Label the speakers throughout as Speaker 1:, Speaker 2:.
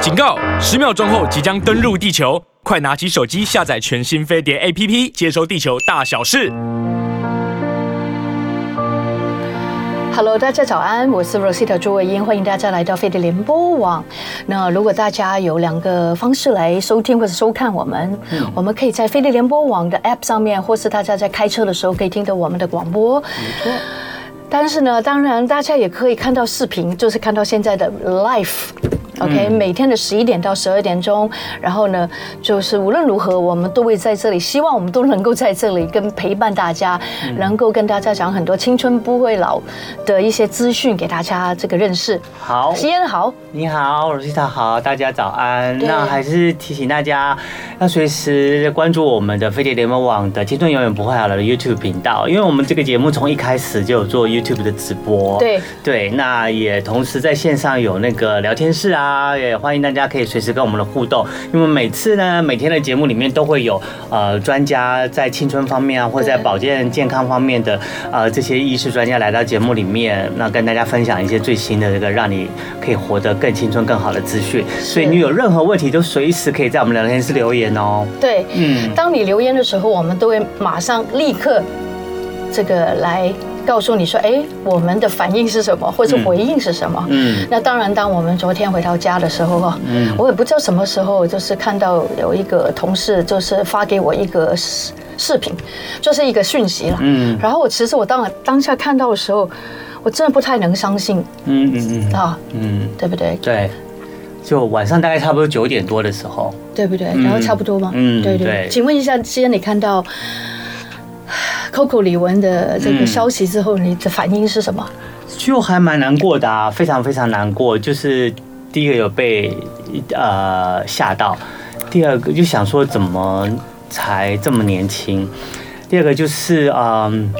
Speaker 1: 警告！十秒钟后即将登陆地球，快拿起手机下载全新飞碟 APP，接收地球大小事。
Speaker 2: Hello，大家早安，我是 Rosita 朱慧英，欢迎大家来到飞碟联播网。那如果大家有两个方式来收听或者收看我们，我们可以在飞碟联播网的 App 上面，或是大家在开车的时候可以听到我们的广播。但是呢，当然大家也可以看到视频，就是看到现在的 live。OK，、每
Speaker 3: 嗯
Speaker 2: 天的十一点到十二点钟，然后呢，就是无论如何，我们都会在这里，希望我们都能够在这里跟陪伴大家，
Speaker 3: 嗯
Speaker 2: 能够跟大家讲很多青春不会老的一些资讯给大家这个认识。
Speaker 3: 好，
Speaker 2: 西安好，
Speaker 3: 你好，罗西塔好，大家早安。
Speaker 2: 对
Speaker 3: 那还是提醒大家，要随时关注我们的飞碟联盟网的“青春永远不会老”的 YouTube 频道，因为我们这个节目从一开始就有做 YouTube 的直播。
Speaker 2: 对
Speaker 3: 对，那也同时在线上有那个聊天室啊，也欢迎大家可以随时跟我们的互动。因为每次呢，每天的节目里面都会有呃专家在青春方面啊，或者在
Speaker 2: 对
Speaker 3: 保健健康方面的呃这些医师专家来到节目里面，那跟大家分享一些最新的这个让你可以活得更青春、更好的资讯。所以你有任何问题都随时可以在我们聊天室留言哦。
Speaker 2: 对，
Speaker 3: 嗯，
Speaker 2: 当你留言的时候，我们都会马上立刻这个来告诉你说，哎，我们的反应是什么，或者回应是什么。
Speaker 3: 嗯
Speaker 2: 那当然，当我们昨天回到家的时候哈，我也不知道什么时候，就是看到有一个同事就是发给我一个视视频，就是一个讯息了。
Speaker 3: 嗯
Speaker 2: 然后我其实我当当下看到的时候，我真的不太能相信
Speaker 3: 嗯嗯嗯
Speaker 2: 啊，
Speaker 3: 嗯，
Speaker 2: 对不对？
Speaker 3: 对，就晚上大概差不多九点多的时候。
Speaker 2: 对不对？然后差不多吗？
Speaker 3: 嗯
Speaker 2: 对对
Speaker 3: 对。
Speaker 2: 请问一下，既然你看到 Coco 李玟的这个
Speaker 3: 嗯
Speaker 2: 消息之后，你的反应是什么？
Speaker 3: 就还蛮难过的啊，非常非常难过。就是第一个有被呃吓到，第二个就想说怎么才这么年轻，第二个就是嗯、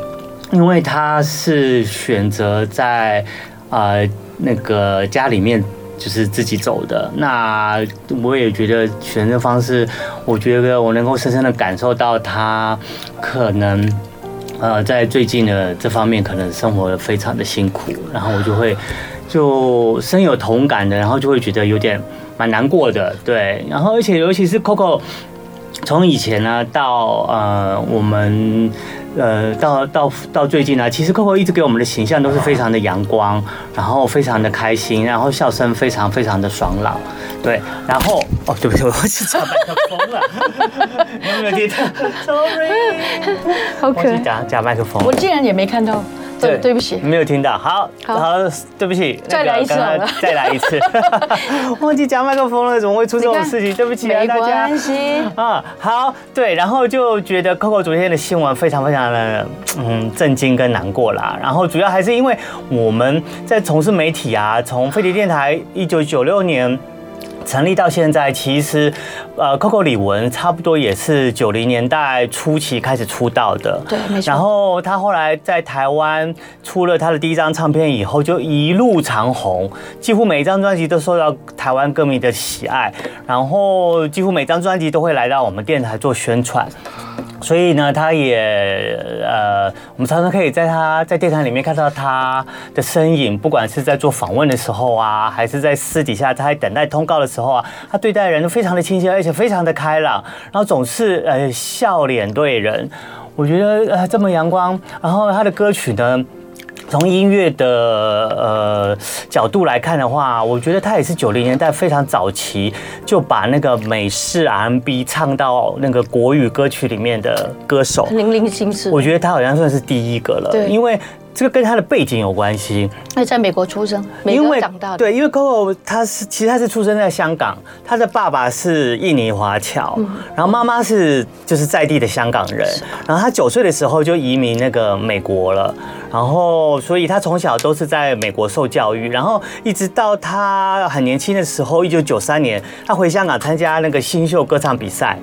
Speaker 3: 因为他是选择在呃那个家里面。就是自己走的，那我也觉得选择方式，我觉得我能够深深的感受到他可能呃，在最近的这方面，可能生活的非常的辛苦，然后我就会就深有同感的，然后就会觉得有点蛮难过的，对。然后而且尤其是 Coco，从以前呢、啊到呃我们呃到到到最近呢、啊其实 Coco 一直给我们的形象都是非常的阳光，然后非常的开心，然后笑声非常非常的爽朗，对。然后哦，对不起，我是插麦克风了， 你有没有听到？Sorry。
Speaker 2: 好
Speaker 3: 忘记夹夹麦克风
Speaker 2: 我，竟然也没看到，对对不起。
Speaker 3: 没有听到。好，
Speaker 2: 好
Speaker 3: 好，对不起，
Speaker 2: 再
Speaker 3: 那个
Speaker 2: 来一次
Speaker 3: 刚
Speaker 2: 好
Speaker 3: 刚
Speaker 2: 了
Speaker 3: 再来 一次，忘记夹麦克风了，怎么会出
Speaker 2: 你
Speaker 3: 这种
Speaker 2: 看
Speaker 3: 事情？对不起啊，
Speaker 2: 没
Speaker 3: 大家
Speaker 2: 关。系，
Speaker 3: 啊，好，对，然后就觉得 Coco 昨天的新闻非常非常的嗯震惊跟难过啦。然后主要还是因为我们在从事媒体啊，从飞碟电台一九九六年。成立到现在，其实，呃，Coco 李玟差不多也是九零年代初期开始出道的，
Speaker 2: 对没错
Speaker 3: 然后她后来在台湾出了她的第一张唱片以后，就一路长红，几乎每一张专辑都受到台湾歌迷的喜爱，然后几乎每张专辑都会来到我们电台做宣传。所以呢，他也呃，我们常常可以在他在电台里面看到他的身影，不管是在做访问的时候啊，还是在私底下他在等待通告的时候啊，他对待人都非常的亲切，而且非常的开朗，然后总是呃笑脸对人。我觉得呃这么阳光，然后他的歌曲呢。从音乐的呃角度来看的话，我觉得他也是九零年代非常早期就把那个美式 R&B 唱到那个国语歌曲里面的歌手。
Speaker 2: 零零星是。
Speaker 3: 我觉得他好像算是第一个了
Speaker 2: 对，
Speaker 3: 因为这个跟他的背景有关系。
Speaker 2: 那在美国出生，美
Speaker 3: 因
Speaker 2: 国
Speaker 3: 为
Speaker 2: 长大的，
Speaker 3: 对，因为 Coco 他是其实他是出生在香港，他的爸爸是印尼华侨，
Speaker 2: 嗯
Speaker 3: 然后妈妈是就是在地的香港人，然后他九岁的时候就移民那个美国了，然后所以他从小都是在美国受教育，然后一直到他很年轻的时候，一九九三年他回香港参加那个新秀歌唱比赛，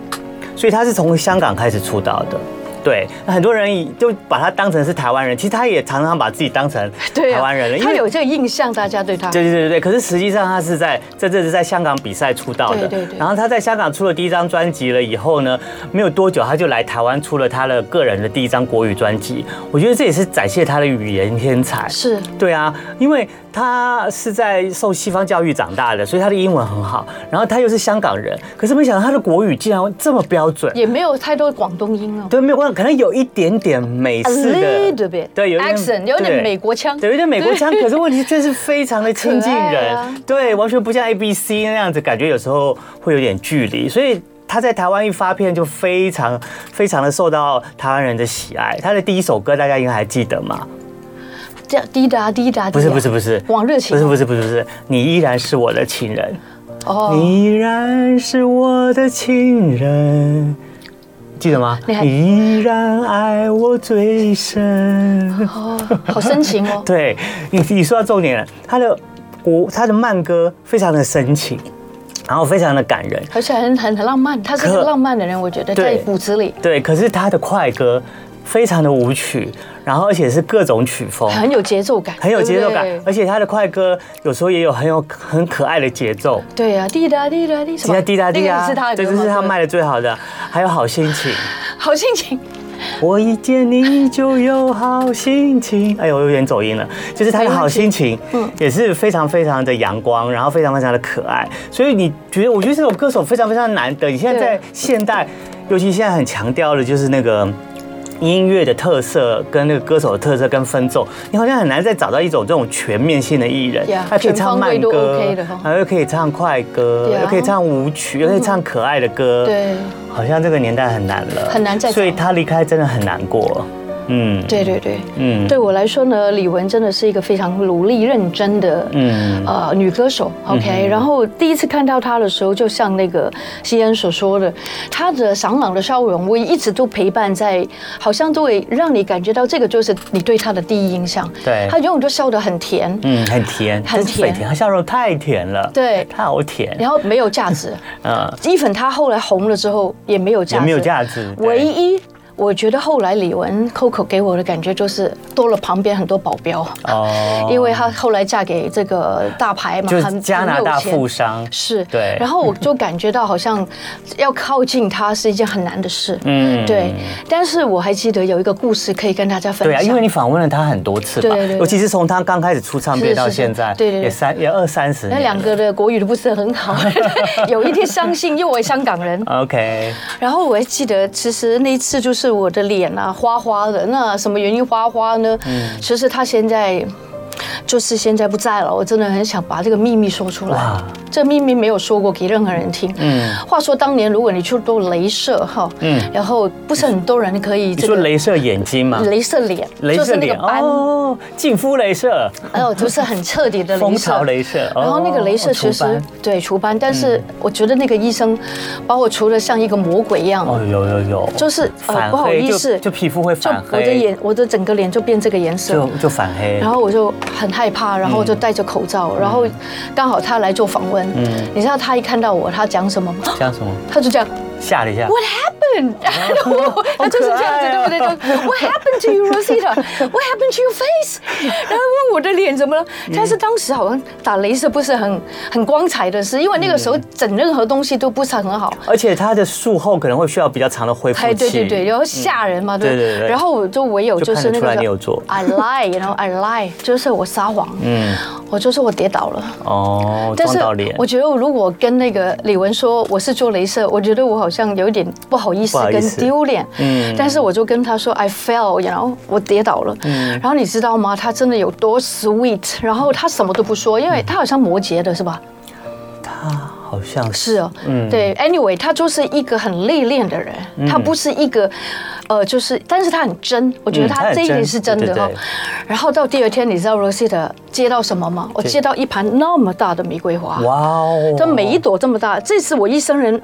Speaker 3: 所以他是从香港开始出道的。对，那很多人以就把他当成是台湾人，其实他也常常把自己当成
Speaker 2: 对啊
Speaker 3: 台湾人了，因
Speaker 2: 他
Speaker 3: 为。
Speaker 2: 有这个印象，大家对他。
Speaker 3: 对对对对，可是实际上他是在这这是在香港比赛出道的，
Speaker 2: 对对对
Speaker 3: 然后他在香港出了第一张专辑了以后呢，没有多久他就来台湾出了他的个人的第一张国语专辑，我觉得这也是展现他的语言天才。
Speaker 2: 是
Speaker 3: 对啊，因为他是在受西方教育长大的，所以他的英文很好。然后他又是香港人，可是没想到他的国语竟然这么标准。
Speaker 2: 也没有太多广东音哦。
Speaker 3: 对，没有关系，可能有一点点美
Speaker 2: A
Speaker 3: 式的
Speaker 2: little bit，
Speaker 3: 对，有一点
Speaker 2: accent，有点
Speaker 3: 对
Speaker 2: 美国腔
Speaker 3: 对，有点美国腔。可是问题却是非常的亲近
Speaker 2: 可爱
Speaker 3: 人
Speaker 2: 啊，
Speaker 3: 对，完全不像 A B C 那样子，感觉有时候会有点距离，所以。他在台湾一发片就非常非常的受到台湾人的喜爱。他的第一首歌大家应该还记得吗？
Speaker 2: 这样滴答滴答滴答。
Speaker 3: 不是不是不是，
Speaker 2: 往日情
Speaker 3: 不是不是不是不是，你依然是我的情人，
Speaker 2: 哦，
Speaker 3: 你依然是我的情人，记得吗？
Speaker 2: 你还
Speaker 3: 你依然爱我最深。。
Speaker 2: 哦，好深情哦
Speaker 3: 对你，你说到重点了，他的国他的慢歌非常的深情，然后非常的感人，
Speaker 2: 而且很很很浪漫，他是个
Speaker 3: 可
Speaker 2: 浪漫的人，我觉得在
Speaker 3: 对
Speaker 2: 骨子里
Speaker 3: 对。可是他的快歌非常的舞曲，然后而且是各种曲风。
Speaker 2: 很有节奏感，
Speaker 3: 哦很有节奏感
Speaker 2: 对，不对
Speaker 3: 而且他的快歌有时候也有很有很可爱的节奏，
Speaker 2: 对呀，滴答滴答滴，什
Speaker 3: 现
Speaker 2: 么
Speaker 3: 在滴答滴
Speaker 2: 那
Speaker 3: 答
Speaker 2: 个是他的，
Speaker 3: 这
Speaker 2: 歌
Speaker 3: 就
Speaker 2: 吗
Speaker 3: 是他
Speaker 2: 对
Speaker 3: 卖的最好的，还有好心情。
Speaker 2: 好心情。
Speaker 3: 我一见你就有好心情。哎呦，我有点走音了。就是他的好心情，嗯，也是非常非常的阳光，然后非常非常的可爱。所以你觉得，我觉得这种歌手非常非常难得。你现在在
Speaker 2: 对
Speaker 3: 现代，尤其现在很强调的就是那个。音乐的特色跟那个歌手的特色跟分奏，你好像很难再找到一种这种全面性的艺人
Speaker 2: Yeah，，
Speaker 3: 他可以唱
Speaker 2: 全方
Speaker 3: 慢
Speaker 2: 位都
Speaker 3: 歌
Speaker 2: OK 的哈，
Speaker 3: 然后又可以唱快歌，
Speaker 2: Yeah
Speaker 3: 又可以唱舞曲，又可以唱可爱的歌，
Speaker 2: 对
Speaker 3: 好像这个年代很难了，
Speaker 2: 很难再找
Speaker 3: 所以他离开真的很难过。嗯，，
Speaker 2: 对对对，
Speaker 3: 嗯，
Speaker 2: 对，我来说呢，李玟真的是一个非常努力认真的，
Speaker 3: 嗯
Speaker 2: 呃，女歌手。OK，、然后第一次看到她的时候，就像那个西安所说的，她的爽朗的笑容，我一直都陪伴在，好像都会让你感觉到这个就是你对她的第一印象。
Speaker 3: 对
Speaker 2: 她永远都笑得很甜，
Speaker 3: 嗯，很甜，
Speaker 2: 很
Speaker 3: 真是匪
Speaker 2: 甜
Speaker 3: 他笑容太甜了，，
Speaker 2: 对，
Speaker 3: 太好甜，
Speaker 2: 然后没有价 值。
Speaker 3: 嗯，
Speaker 2: 伊粉她后来红了之后也没有价值，
Speaker 3: 也没有价值，对
Speaker 2: 唯一。我觉得后来李玟 Coco 给我的感觉就是多了旁边很多保镖，
Speaker 3: 哦
Speaker 2: 因为她后来嫁给这个大牌嘛，
Speaker 3: 就是加拿大
Speaker 2: 很有钱
Speaker 3: 富商，
Speaker 2: 是，
Speaker 3: 对
Speaker 2: 然后我就感觉到好像要靠近他是一件很难的事，
Speaker 3: 嗯
Speaker 2: 对。但是我还记得有一个故事可以跟大家分
Speaker 3: 对
Speaker 2: 享，
Speaker 3: 啊，因为你访问了他很多次吧
Speaker 2: 对对，对
Speaker 3: 尤其是从他刚开始出唱
Speaker 2: 是
Speaker 3: 片
Speaker 2: 是
Speaker 3: 到
Speaker 2: 是
Speaker 3: 现在，
Speaker 2: 对对对
Speaker 3: 也三也二三十年
Speaker 2: 那
Speaker 3: 了，
Speaker 2: 两个的国语都不是很好， 有一天相信，因为我是香港人，
Speaker 3: ，OK，
Speaker 2: 然后我还记得，其实那一次就是我的脸啊花花的，那什么原因花花呢？
Speaker 3: 嗯
Speaker 2: 其实他现在。就是现在不在了，我真的很想把这个秘密说出来
Speaker 3: 哇。
Speaker 2: 这秘密没有说过给任何人听。嗯，话说当年如果你去做镭射哈，嗯，然后不是很多人可以
Speaker 3: 你
Speaker 2: 这
Speaker 3: 说
Speaker 2: 个
Speaker 3: 镭射眼睛嘛，
Speaker 2: 镭射脸，
Speaker 3: 镭
Speaker 2: 就是
Speaker 3: 射
Speaker 2: 那个
Speaker 3: 脸
Speaker 2: 斑，
Speaker 3: 哦，净肤镭射，
Speaker 2: 还有就是很彻底的
Speaker 3: 蜂
Speaker 2: 镭
Speaker 3: 巢
Speaker 2: 射。
Speaker 3: 镭射，
Speaker 2: 然后那个
Speaker 3: 哦
Speaker 2: 镭射其
Speaker 3: 除
Speaker 2: 实
Speaker 3: 斑嗯
Speaker 2: 对除斑，但是我觉得那个医生把我除的像一个魔鬼一样。
Speaker 3: 哦，有有有，
Speaker 2: 就是呃
Speaker 3: 反
Speaker 2: 不好
Speaker 3: 黑
Speaker 2: 意
Speaker 3: 就
Speaker 2: 思
Speaker 3: 就皮肤会
Speaker 2: 就
Speaker 3: 反
Speaker 2: 我的
Speaker 3: 黑，
Speaker 2: 眼，我的整个脸就变这个颜色
Speaker 3: 就。嗯就反黑，
Speaker 2: 然后我就很害怕，然后就戴着口罩，然后刚好他来做访问，
Speaker 3: 嗯
Speaker 2: 你知道他一看到我，他讲什么吗？
Speaker 3: 像什么
Speaker 2: 他就这样
Speaker 3: 吓了一下，
Speaker 2: ，What happened？然 后他就是这样子，对
Speaker 3: 哦好
Speaker 2: 不
Speaker 3: 可
Speaker 2: 对？
Speaker 3: 爱哦
Speaker 2: 就 What happened to you, Rosita？What happened to your face？然后问我的脸怎么了？
Speaker 3: 嗯
Speaker 2: 但是当时好像打镭射不是很很光彩的事，因为那个时
Speaker 3: 嗯
Speaker 2: 候整任何东西都不是很好。
Speaker 3: 而且它的术后可能会需要比较长的恢复
Speaker 2: 哎，
Speaker 3: 期，
Speaker 2: 对对对，然后吓人嘛，对不
Speaker 3: 嗯对对对
Speaker 2: 然后我就唯有就是那
Speaker 3: 就
Speaker 2: 个
Speaker 3: 看得出来你有做
Speaker 2: I lie，然后 I lie，就是我撒谎，嗯，我就说我跌倒了。
Speaker 3: 哦，
Speaker 2: 但
Speaker 3: 撞
Speaker 2: 是
Speaker 3: 到脸
Speaker 2: 我，觉得，如果跟那个李玟说我是做镭射，我觉得我好像有一点不好意思
Speaker 3: 不好意
Speaker 2: 跟
Speaker 3: 思
Speaker 2: 丢脸。
Speaker 3: 嗯
Speaker 2: 但是我就跟他说 I fell，然后我跌倒了。
Speaker 3: 嗯
Speaker 2: 然后你知道吗？他真的有多 sweet，然后他什么都不说，因为他好像摩羯的是吧？
Speaker 3: 它好像是
Speaker 2: 是哦，
Speaker 3: 嗯
Speaker 2: 对，anyway，他就是一个很内敛的人，他不是一个，呃，就是，但是他很真，我觉得
Speaker 3: 嗯他
Speaker 2: 他
Speaker 3: 很
Speaker 2: 这一点
Speaker 3: 真
Speaker 2: 是真的
Speaker 3: 对对
Speaker 2: 哈
Speaker 3: 对。
Speaker 2: 然后到第二天，你知道 Rosita 接到什么吗？我接到一盘那么大的玫瑰花，
Speaker 3: 哇哦，
Speaker 2: 这啊每一朵这么大，这是我一生人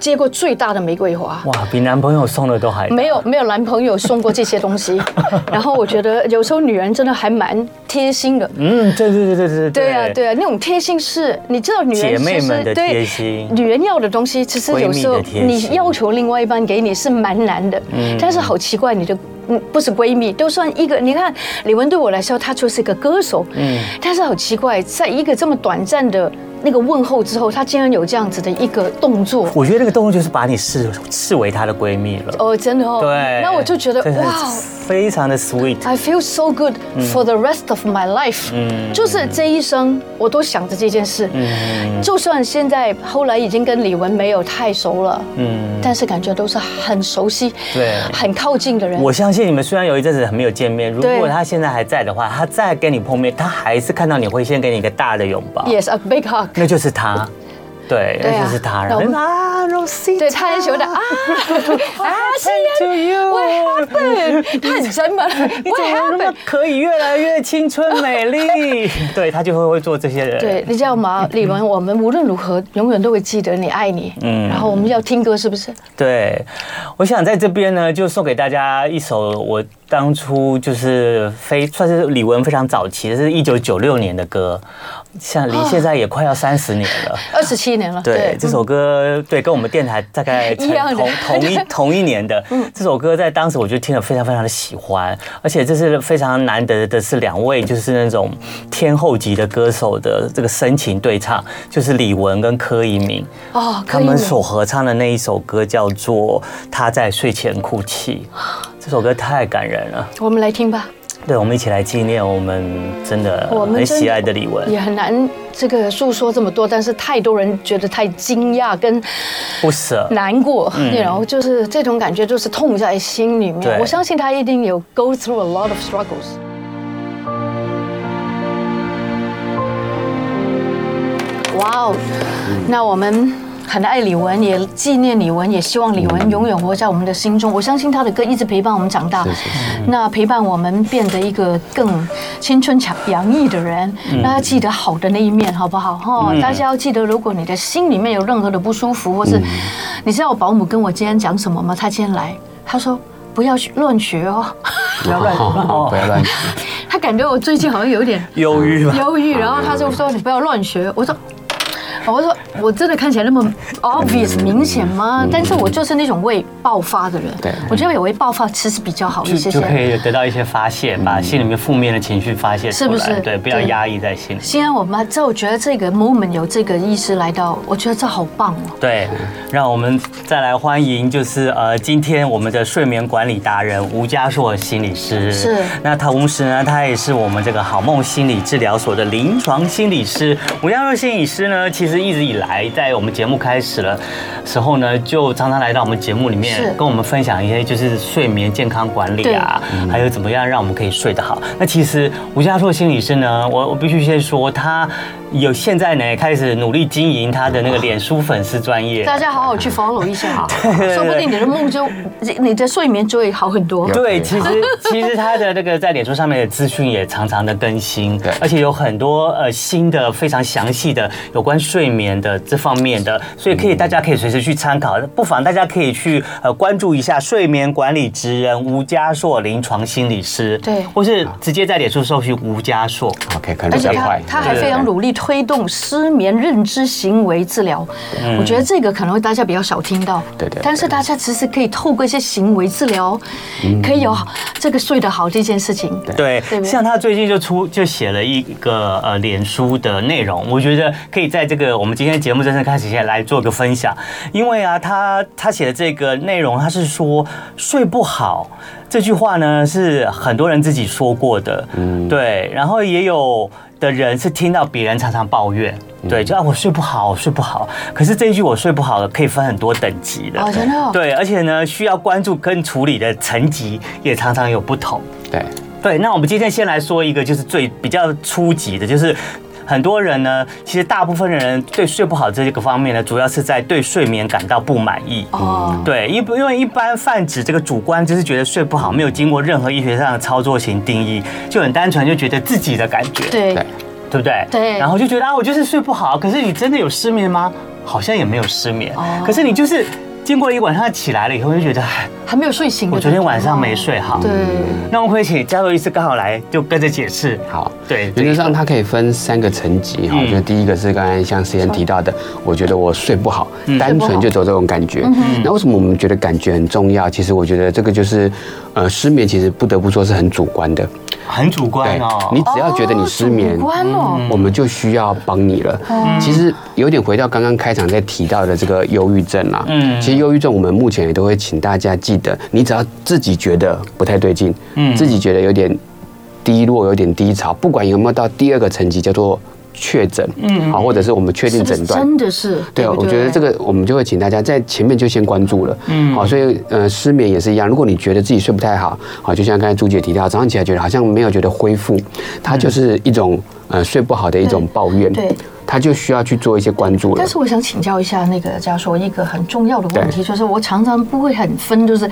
Speaker 2: 接过最大的玫瑰花。
Speaker 3: 哇比男朋友送的都还大
Speaker 2: 没有没有男朋友送过这些东 西，然后我觉得有时候女人真的还蛮贴心的，
Speaker 3: 嗯，对对对对对
Speaker 2: 对啊，对啊，那种贴心是，你知道女人
Speaker 3: 姐妹
Speaker 2: 其实
Speaker 3: 们的
Speaker 2: 对
Speaker 3: 贴心
Speaker 2: 女人要的东西，其实
Speaker 3: 闺蜜
Speaker 2: 有时候
Speaker 3: 的贴心嗯
Speaker 2: 你要求另外一半给你是蛮难的，但是好奇怪，你的。嗯，不是闺蜜，都算一个。你看李玟对我来说，她就是一个歌手，嗯，但是好奇怪，在一个这么短暂的那个问候之后，她竟然有这样子的一个动作，
Speaker 3: 我觉得那个动物就是把你视视为她的闺蜜了。
Speaker 2: 哦，真的哦，
Speaker 3: 对，
Speaker 2: 那我就觉得
Speaker 3: 真的
Speaker 2: 哇。哦
Speaker 3: 非常的 sweet。
Speaker 2: I feel so good for the rest of my life，、
Speaker 3: 嗯
Speaker 2: 就是这一生我都想着这件事。
Speaker 3: 嗯
Speaker 2: 就算现在后来已经跟李玟没有太熟了，
Speaker 3: 嗯，
Speaker 2: 但是感觉都是很熟悉、
Speaker 3: 对
Speaker 2: 很靠近的人。
Speaker 3: 我相信你们虽然有一阵子很没有见面，如
Speaker 2: 对
Speaker 3: 果他现在还在的话，他再跟你碰面，他还是看到你会先给你一个大的拥抱。
Speaker 2: Yes, a big hug。
Speaker 3: 那就是他，对，
Speaker 2: 对啊
Speaker 3: 那就是他。
Speaker 2: 那我们
Speaker 3: 啊，Rosie，
Speaker 2: 对他很喜欢的啊啊，是呀
Speaker 3: to you，
Speaker 2: ，What happened？他啊很真嘛
Speaker 3: 你
Speaker 2: ，What
Speaker 3: 怎么那
Speaker 2: happened？
Speaker 3: 么可以越来越青春美丽？ 对他就会会做这些人。
Speaker 2: 对，你知道吗，李玟？我们无论如何永远都会记得你，爱你。嗯，
Speaker 3: 嗯
Speaker 2: 然后我们要听歌，是不是？
Speaker 3: 对，我想在这边呢，就送给大家一首我当初就是非算是李玟非常早期，是一九九六年的歌，像离现在也快要三十年了。
Speaker 2: 二十七年了，嗯
Speaker 3: 对，这首歌对跟我们电台大 概
Speaker 2: 一样的
Speaker 3: 同同一嗯同一年的这首歌，在当时我就听了非常非常的喜欢，而且这是非常难得的是两位就是那种天后级的歌手的这个深情对唱，就是李玟跟柯以敏。
Speaker 2: 哦，可
Speaker 3: 他
Speaker 2: 以
Speaker 3: 们
Speaker 2: 了
Speaker 3: 所合唱的那一首歌叫做《他在睡前哭泣》，这首歌太感人了。
Speaker 2: 我们来听吧，
Speaker 3: 对，我们一起来纪念我们真的
Speaker 2: 我们
Speaker 3: 很
Speaker 2: 真
Speaker 3: 喜爱的李玟。
Speaker 2: 也很难这个诉说这么多，但是太多人觉得太惊讶跟
Speaker 3: 不舍，
Speaker 2: 难过，然后就是这种感觉，就是痛在心里面。
Speaker 3: 对
Speaker 2: 我相信他一定有 go through a lot of struggles。哇哦，那我们。很爱李玟，也纪念李玟，也希望李玟永远活在我们的心中。我相信她的歌一直陪伴我们长大，那陪伴我们变得一个更青春强洋溢的人。那要记得好的那一面，好不好？哈、大家要记得，如果你的心里面有任何的不舒服，或是你知道我保姆跟我今天讲什么吗？她今天来，她说不要去乱学哦。
Speaker 3: 不要 乱哦
Speaker 4: 不要乱
Speaker 2: 她感觉我最近好像有一点
Speaker 3: 忧郁吧。
Speaker 2: 忧郁，然后她就说你不要乱学。我说。 我说我真的看起来那么 obvious
Speaker 3: 嗯
Speaker 2: 明显吗？但是我就是那种会爆发的人，
Speaker 4: 对
Speaker 2: 我觉得有会爆发其实比较好一些
Speaker 3: 就就
Speaker 2: 些
Speaker 3: 可。以得到一些发泄，把心里面负面的情绪发泄出
Speaker 2: 嗯是不
Speaker 3: 来，
Speaker 2: 是
Speaker 3: 对，不要
Speaker 2: 对
Speaker 3: 压抑在心里。
Speaker 2: 既然我们这，我觉得这个 moment 有这个意识来到，我觉得这好棒哦。
Speaker 3: 对，让我们再来欢迎，就是呃，今天我们的睡眠管理达人吴家硕心理师。
Speaker 2: 是
Speaker 3: 那同时呢，他也是我们这个好梦心理治疗所的临床心理师。吴家硕心理师呢，其实一直以来在我们节目开始了时候呢，就常常来到我们节目里
Speaker 2: 是
Speaker 3: 面，跟我们分享一些就是睡眠健康管理啊，还有怎么样让我们可以睡得好。那其实吴家硕心理师呢，我我必须先说他。有现在呢，开始努力经营他的那个脸书粉丝专业，
Speaker 2: 大家好好去 follow 一 下，说不定你的梦就你的睡眠就会好很多。
Speaker 3: 对，
Speaker 4: 对
Speaker 3: 其实其实他的那个在脸书上面的资讯也常常的更新，
Speaker 4: 对
Speaker 3: 而且有很多呃新的非常详细的有关睡眠的这方面的，所以可以大家可以随时去参考，不妨大家可以去呃关注一下睡眠管理职人吴家硕临床心理师，
Speaker 2: 对
Speaker 3: 或是直接在脸书搜寻吴家硕，
Speaker 4: OK，可能
Speaker 2: 而
Speaker 4: 比较
Speaker 2: 且他
Speaker 4: 快。
Speaker 2: 他还非常努力推动失眠认知行为治疗，我觉得这个可能会大家比较少听到。
Speaker 4: 嗯对对对
Speaker 2: 但是大家其实可以透过一些行为治疗，
Speaker 4: 嗯
Speaker 2: 可以有这个睡得好这件事情。
Speaker 3: 对
Speaker 2: 对，不对
Speaker 3: 像他最近就出就写了一个呃脸书的内容，我觉得可以在这个我们今天节目正式开始前来做个分享，因为啊，他他写的这个内容，他是说睡不好这句话呢是很多人自己说过的，
Speaker 2: 嗯
Speaker 3: 对，然后也有的人是听到别人常常抱怨。
Speaker 2: 嗯
Speaker 3: 对，就啊，我睡不好，我睡不好。可是这一句我睡不好，可以分很多等级的。
Speaker 2: 哦真的哦
Speaker 3: 对，而且呢，需要关注跟处理的层级也常常有不同。
Speaker 4: 对，
Speaker 3: 对，那我们今天先来说一个，就是最比较初级的，就是。很多人呢，其实大部分人对睡不好这个方面呢，主要是在对睡眠感到不满意。
Speaker 2: 哦，
Speaker 4: 嗯
Speaker 3: 对，因因为一般泛指这个主观，就是觉得睡不好，没有经过任何医学上的操作型定义，就很单纯就觉得自己的感觉，
Speaker 2: 对
Speaker 4: 对
Speaker 3: 对不对？
Speaker 2: 对
Speaker 3: 然后就觉得啊，我就是睡不好，可是你真的有失眠吗？好像也没有失眠，
Speaker 2: 哦
Speaker 3: 可是你就是经过一晚上起来了以后，就觉得，哎，
Speaker 2: 还没有睡醒的感觉。
Speaker 3: 我昨天晚上没睡好。
Speaker 2: 对，
Speaker 4: 嗯
Speaker 3: 那我们可以请嘉佑医师刚好来，就跟着解释。
Speaker 4: 好，
Speaker 3: 对
Speaker 4: 原则上它可以分三个层级哈，
Speaker 3: 嗯
Speaker 4: 就是第一个是刚才像思妍提到的，我觉得我睡不好，
Speaker 3: 嗯
Speaker 4: 单纯就走这种感觉。那为什么我们觉得感觉很重要？其实我觉得这个就是，呃，失眠其实不得不说是很主观的。
Speaker 3: 很主观
Speaker 4: 对
Speaker 3: 哦，。
Speaker 4: 你只要觉得你失眠嗯
Speaker 2: 主，观哦，
Speaker 4: 我们就需要帮你了。其实有点回到刚刚开场在提到的这个忧郁症啦。
Speaker 3: 嗯
Speaker 4: 嗯，其实忧郁症我们目前也都会请大家记得，你只要自己觉得不太对劲，
Speaker 3: 嗯
Speaker 4: 自己觉得有点低落、有点低潮，不管有没有到第二个层级叫做确诊，嗯，好，或者是我们确定
Speaker 2: 是不
Speaker 4: 诊
Speaker 2: 是
Speaker 4: 断，
Speaker 2: 真的是？
Speaker 4: 对，
Speaker 2: 不
Speaker 4: 我觉得这个我们就会请大家在前面就先关注了，嗯，好，所以呃，失眠也是一样，如果你觉得自己睡不太好，好，就像刚才朱姐提到，早上起来觉得好像没有觉得恢复，它就是一种呃睡不好的一种抱怨，
Speaker 2: 嗯对对，
Speaker 4: 它就需要去做一些关注了
Speaker 2: 但，是我想请教一下那个教授一个很重要的问题，
Speaker 4: 对
Speaker 2: 就是我常常不会很分，就是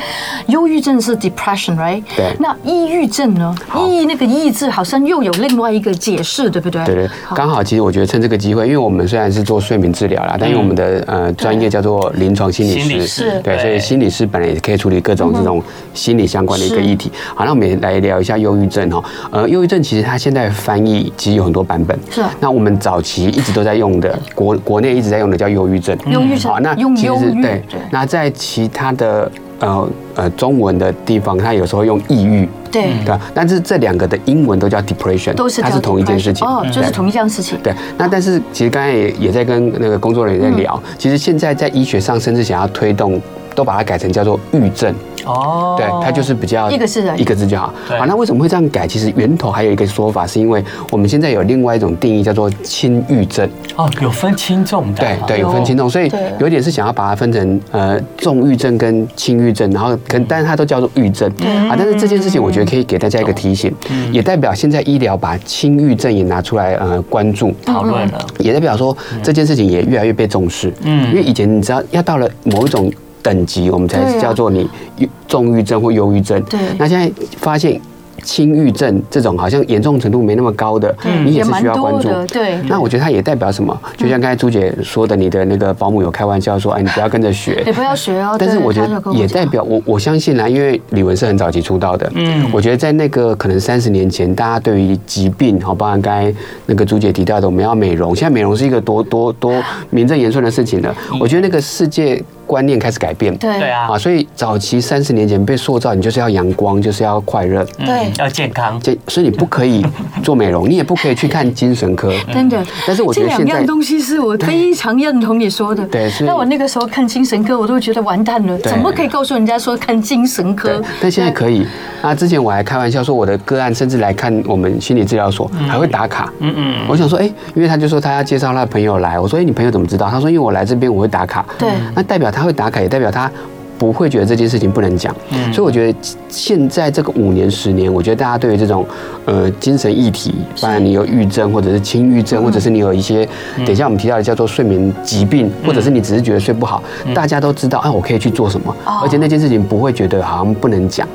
Speaker 2: 忧郁症是 depression，right？
Speaker 4: 对
Speaker 2: 那抑郁症呢？
Speaker 4: 好
Speaker 2: 抑那个抑字好像又有另外一个解释，对不对？
Speaker 4: 对对，刚好其实我觉得趁这个机会，因为我们虽然是做睡眠治疗
Speaker 2: 嗯
Speaker 4: 啦，但因为我们的呃专业叫做临床心理
Speaker 3: 心理
Speaker 4: 师
Speaker 2: 师，嗯
Speaker 4: 对，
Speaker 3: 对
Speaker 4: 所以心理师本来也可以处理各种这种心理相关的一个
Speaker 2: 是
Speaker 4: 议题。好，那我们也来聊一下忧郁症哦。呃，忧郁症其实它现在翻译其实有很多版本，
Speaker 2: 是啊
Speaker 4: 那我们早期一直都在用的，国国内一直在用的叫忧郁症，
Speaker 2: 忧郁症
Speaker 4: 好，那
Speaker 2: 用
Speaker 4: 其实
Speaker 2: 忧郁
Speaker 4: 是对
Speaker 2: 对，
Speaker 4: 那在其他的呃呃中文的地方，它有时候用抑郁。
Speaker 2: 对，
Speaker 4: 对吧，但是这两个的英文都叫 depression，
Speaker 2: 都是
Speaker 4: 它
Speaker 2: 叫
Speaker 4: 是同一件事情
Speaker 2: depression，哦，就是
Speaker 4: 对
Speaker 2: 同一件事情。
Speaker 4: 对，那但是其实刚才也也在跟那个工作人
Speaker 2: 嗯
Speaker 4: 员在聊，其实现在在医学上甚至想要推动，都把它改成叫做郁症，
Speaker 3: 哦
Speaker 4: 对，它就是比较
Speaker 2: 一个字而已
Speaker 4: 一个字就好。
Speaker 3: 对
Speaker 4: 好，那为什么会这样改？其实源头还有一个说法，是因为我们现在有另外一种定义叫做轻郁症，
Speaker 3: 哦，有分轻重的
Speaker 4: 对
Speaker 3: 啊，
Speaker 4: 对，有分轻重，所以
Speaker 2: 对
Speaker 4: 有点是想要把它分成呃重郁症跟轻郁症，然后跟但是它都叫做郁症啊。但是这件事情我觉得可以给大家一个提醒，也代表现在医疗把轻郁症也拿出来呃关注。
Speaker 3: 讨论了，
Speaker 2: 嗯
Speaker 4: 也代表说这件事情也越来越被重视。
Speaker 3: 嗯
Speaker 4: 嗯，因为以前你知道要到了某一种等级，我们
Speaker 2: 对
Speaker 4: 才
Speaker 2: 啊
Speaker 4: 叫做你忧重郁症或忧郁症。
Speaker 2: 对
Speaker 4: 那现在发现轻郁症这种好像严重程度没那么高的，你也是需要关注
Speaker 2: 也蛮多。的对嗯
Speaker 4: 那我觉得它也代表什么？就像刚才朱姐说的，你的那个保姆有开玩笑说：“哎，你不要跟着学。”
Speaker 2: 也不要学哦。
Speaker 4: 但是
Speaker 2: 对
Speaker 4: 我觉
Speaker 2: 他就
Speaker 4: 得
Speaker 2: 跟我
Speaker 4: 也
Speaker 2: 讲
Speaker 4: 代表我我相信啦，因为李玟是很早期出道的，嗯，我觉得在那个可能三十年前，大家对于疾病，好，包含刚才那个朱姐提到的，我们要美容，现在美容是一个多多多名正言顺的事情了。我觉得那个世界观念开始改变，
Speaker 2: 对
Speaker 3: 对啊
Speaker 4: 啊，，所以早期三十年前被塑造，你就是要阳光，就是要快乐。
Speaker 3: 嗯
Speaker 2: 对
Speaker 3: 要健康，
Speaker 4: 这所以你不可以做美容，你也不可以去看精神科。
Speaker 2: 真的，
Speaker 4: 嗯但是我觉得
Speaker 2: 这两
Speaker 4: 现在
Speaker 2: 样东西是我非常认同你说的。
Speaker 4: 对所以
Speaker 2: 那我那个时候看精神科，我都觉得完蛋了，
Speaker 4: 对
Speaker 2: 怎么可以告诉人家说看精神
Speaker 4: 对
Speaker 2: 科？，
Speaker 4: 但现在可以。那之前我还开玩笑说，我的个案甚至来看我们心理治疗所，还会打卡。嗯嗯。我想说，哎，因为他就说他要介绍他的朋友来，我说，哎，你朋友怎么知道？他说，因为我来这边我会打卡。
Speaker 2: 对
Speaker 4: 那代表他会打卡，也代表他。不会觉得这件事情不能讲，所以我觉得现在这个五年、十年，我觉得大家对于这种呃精神议题，当然你有抑郁症，或者是轻郁症，或者是你有一些，等一下我们提到的叫做睡眠疾病，或者是你只是觉得睡不好，大家都知道啊，我可以去做什么，而且那件事情不会觉得好像不能讲，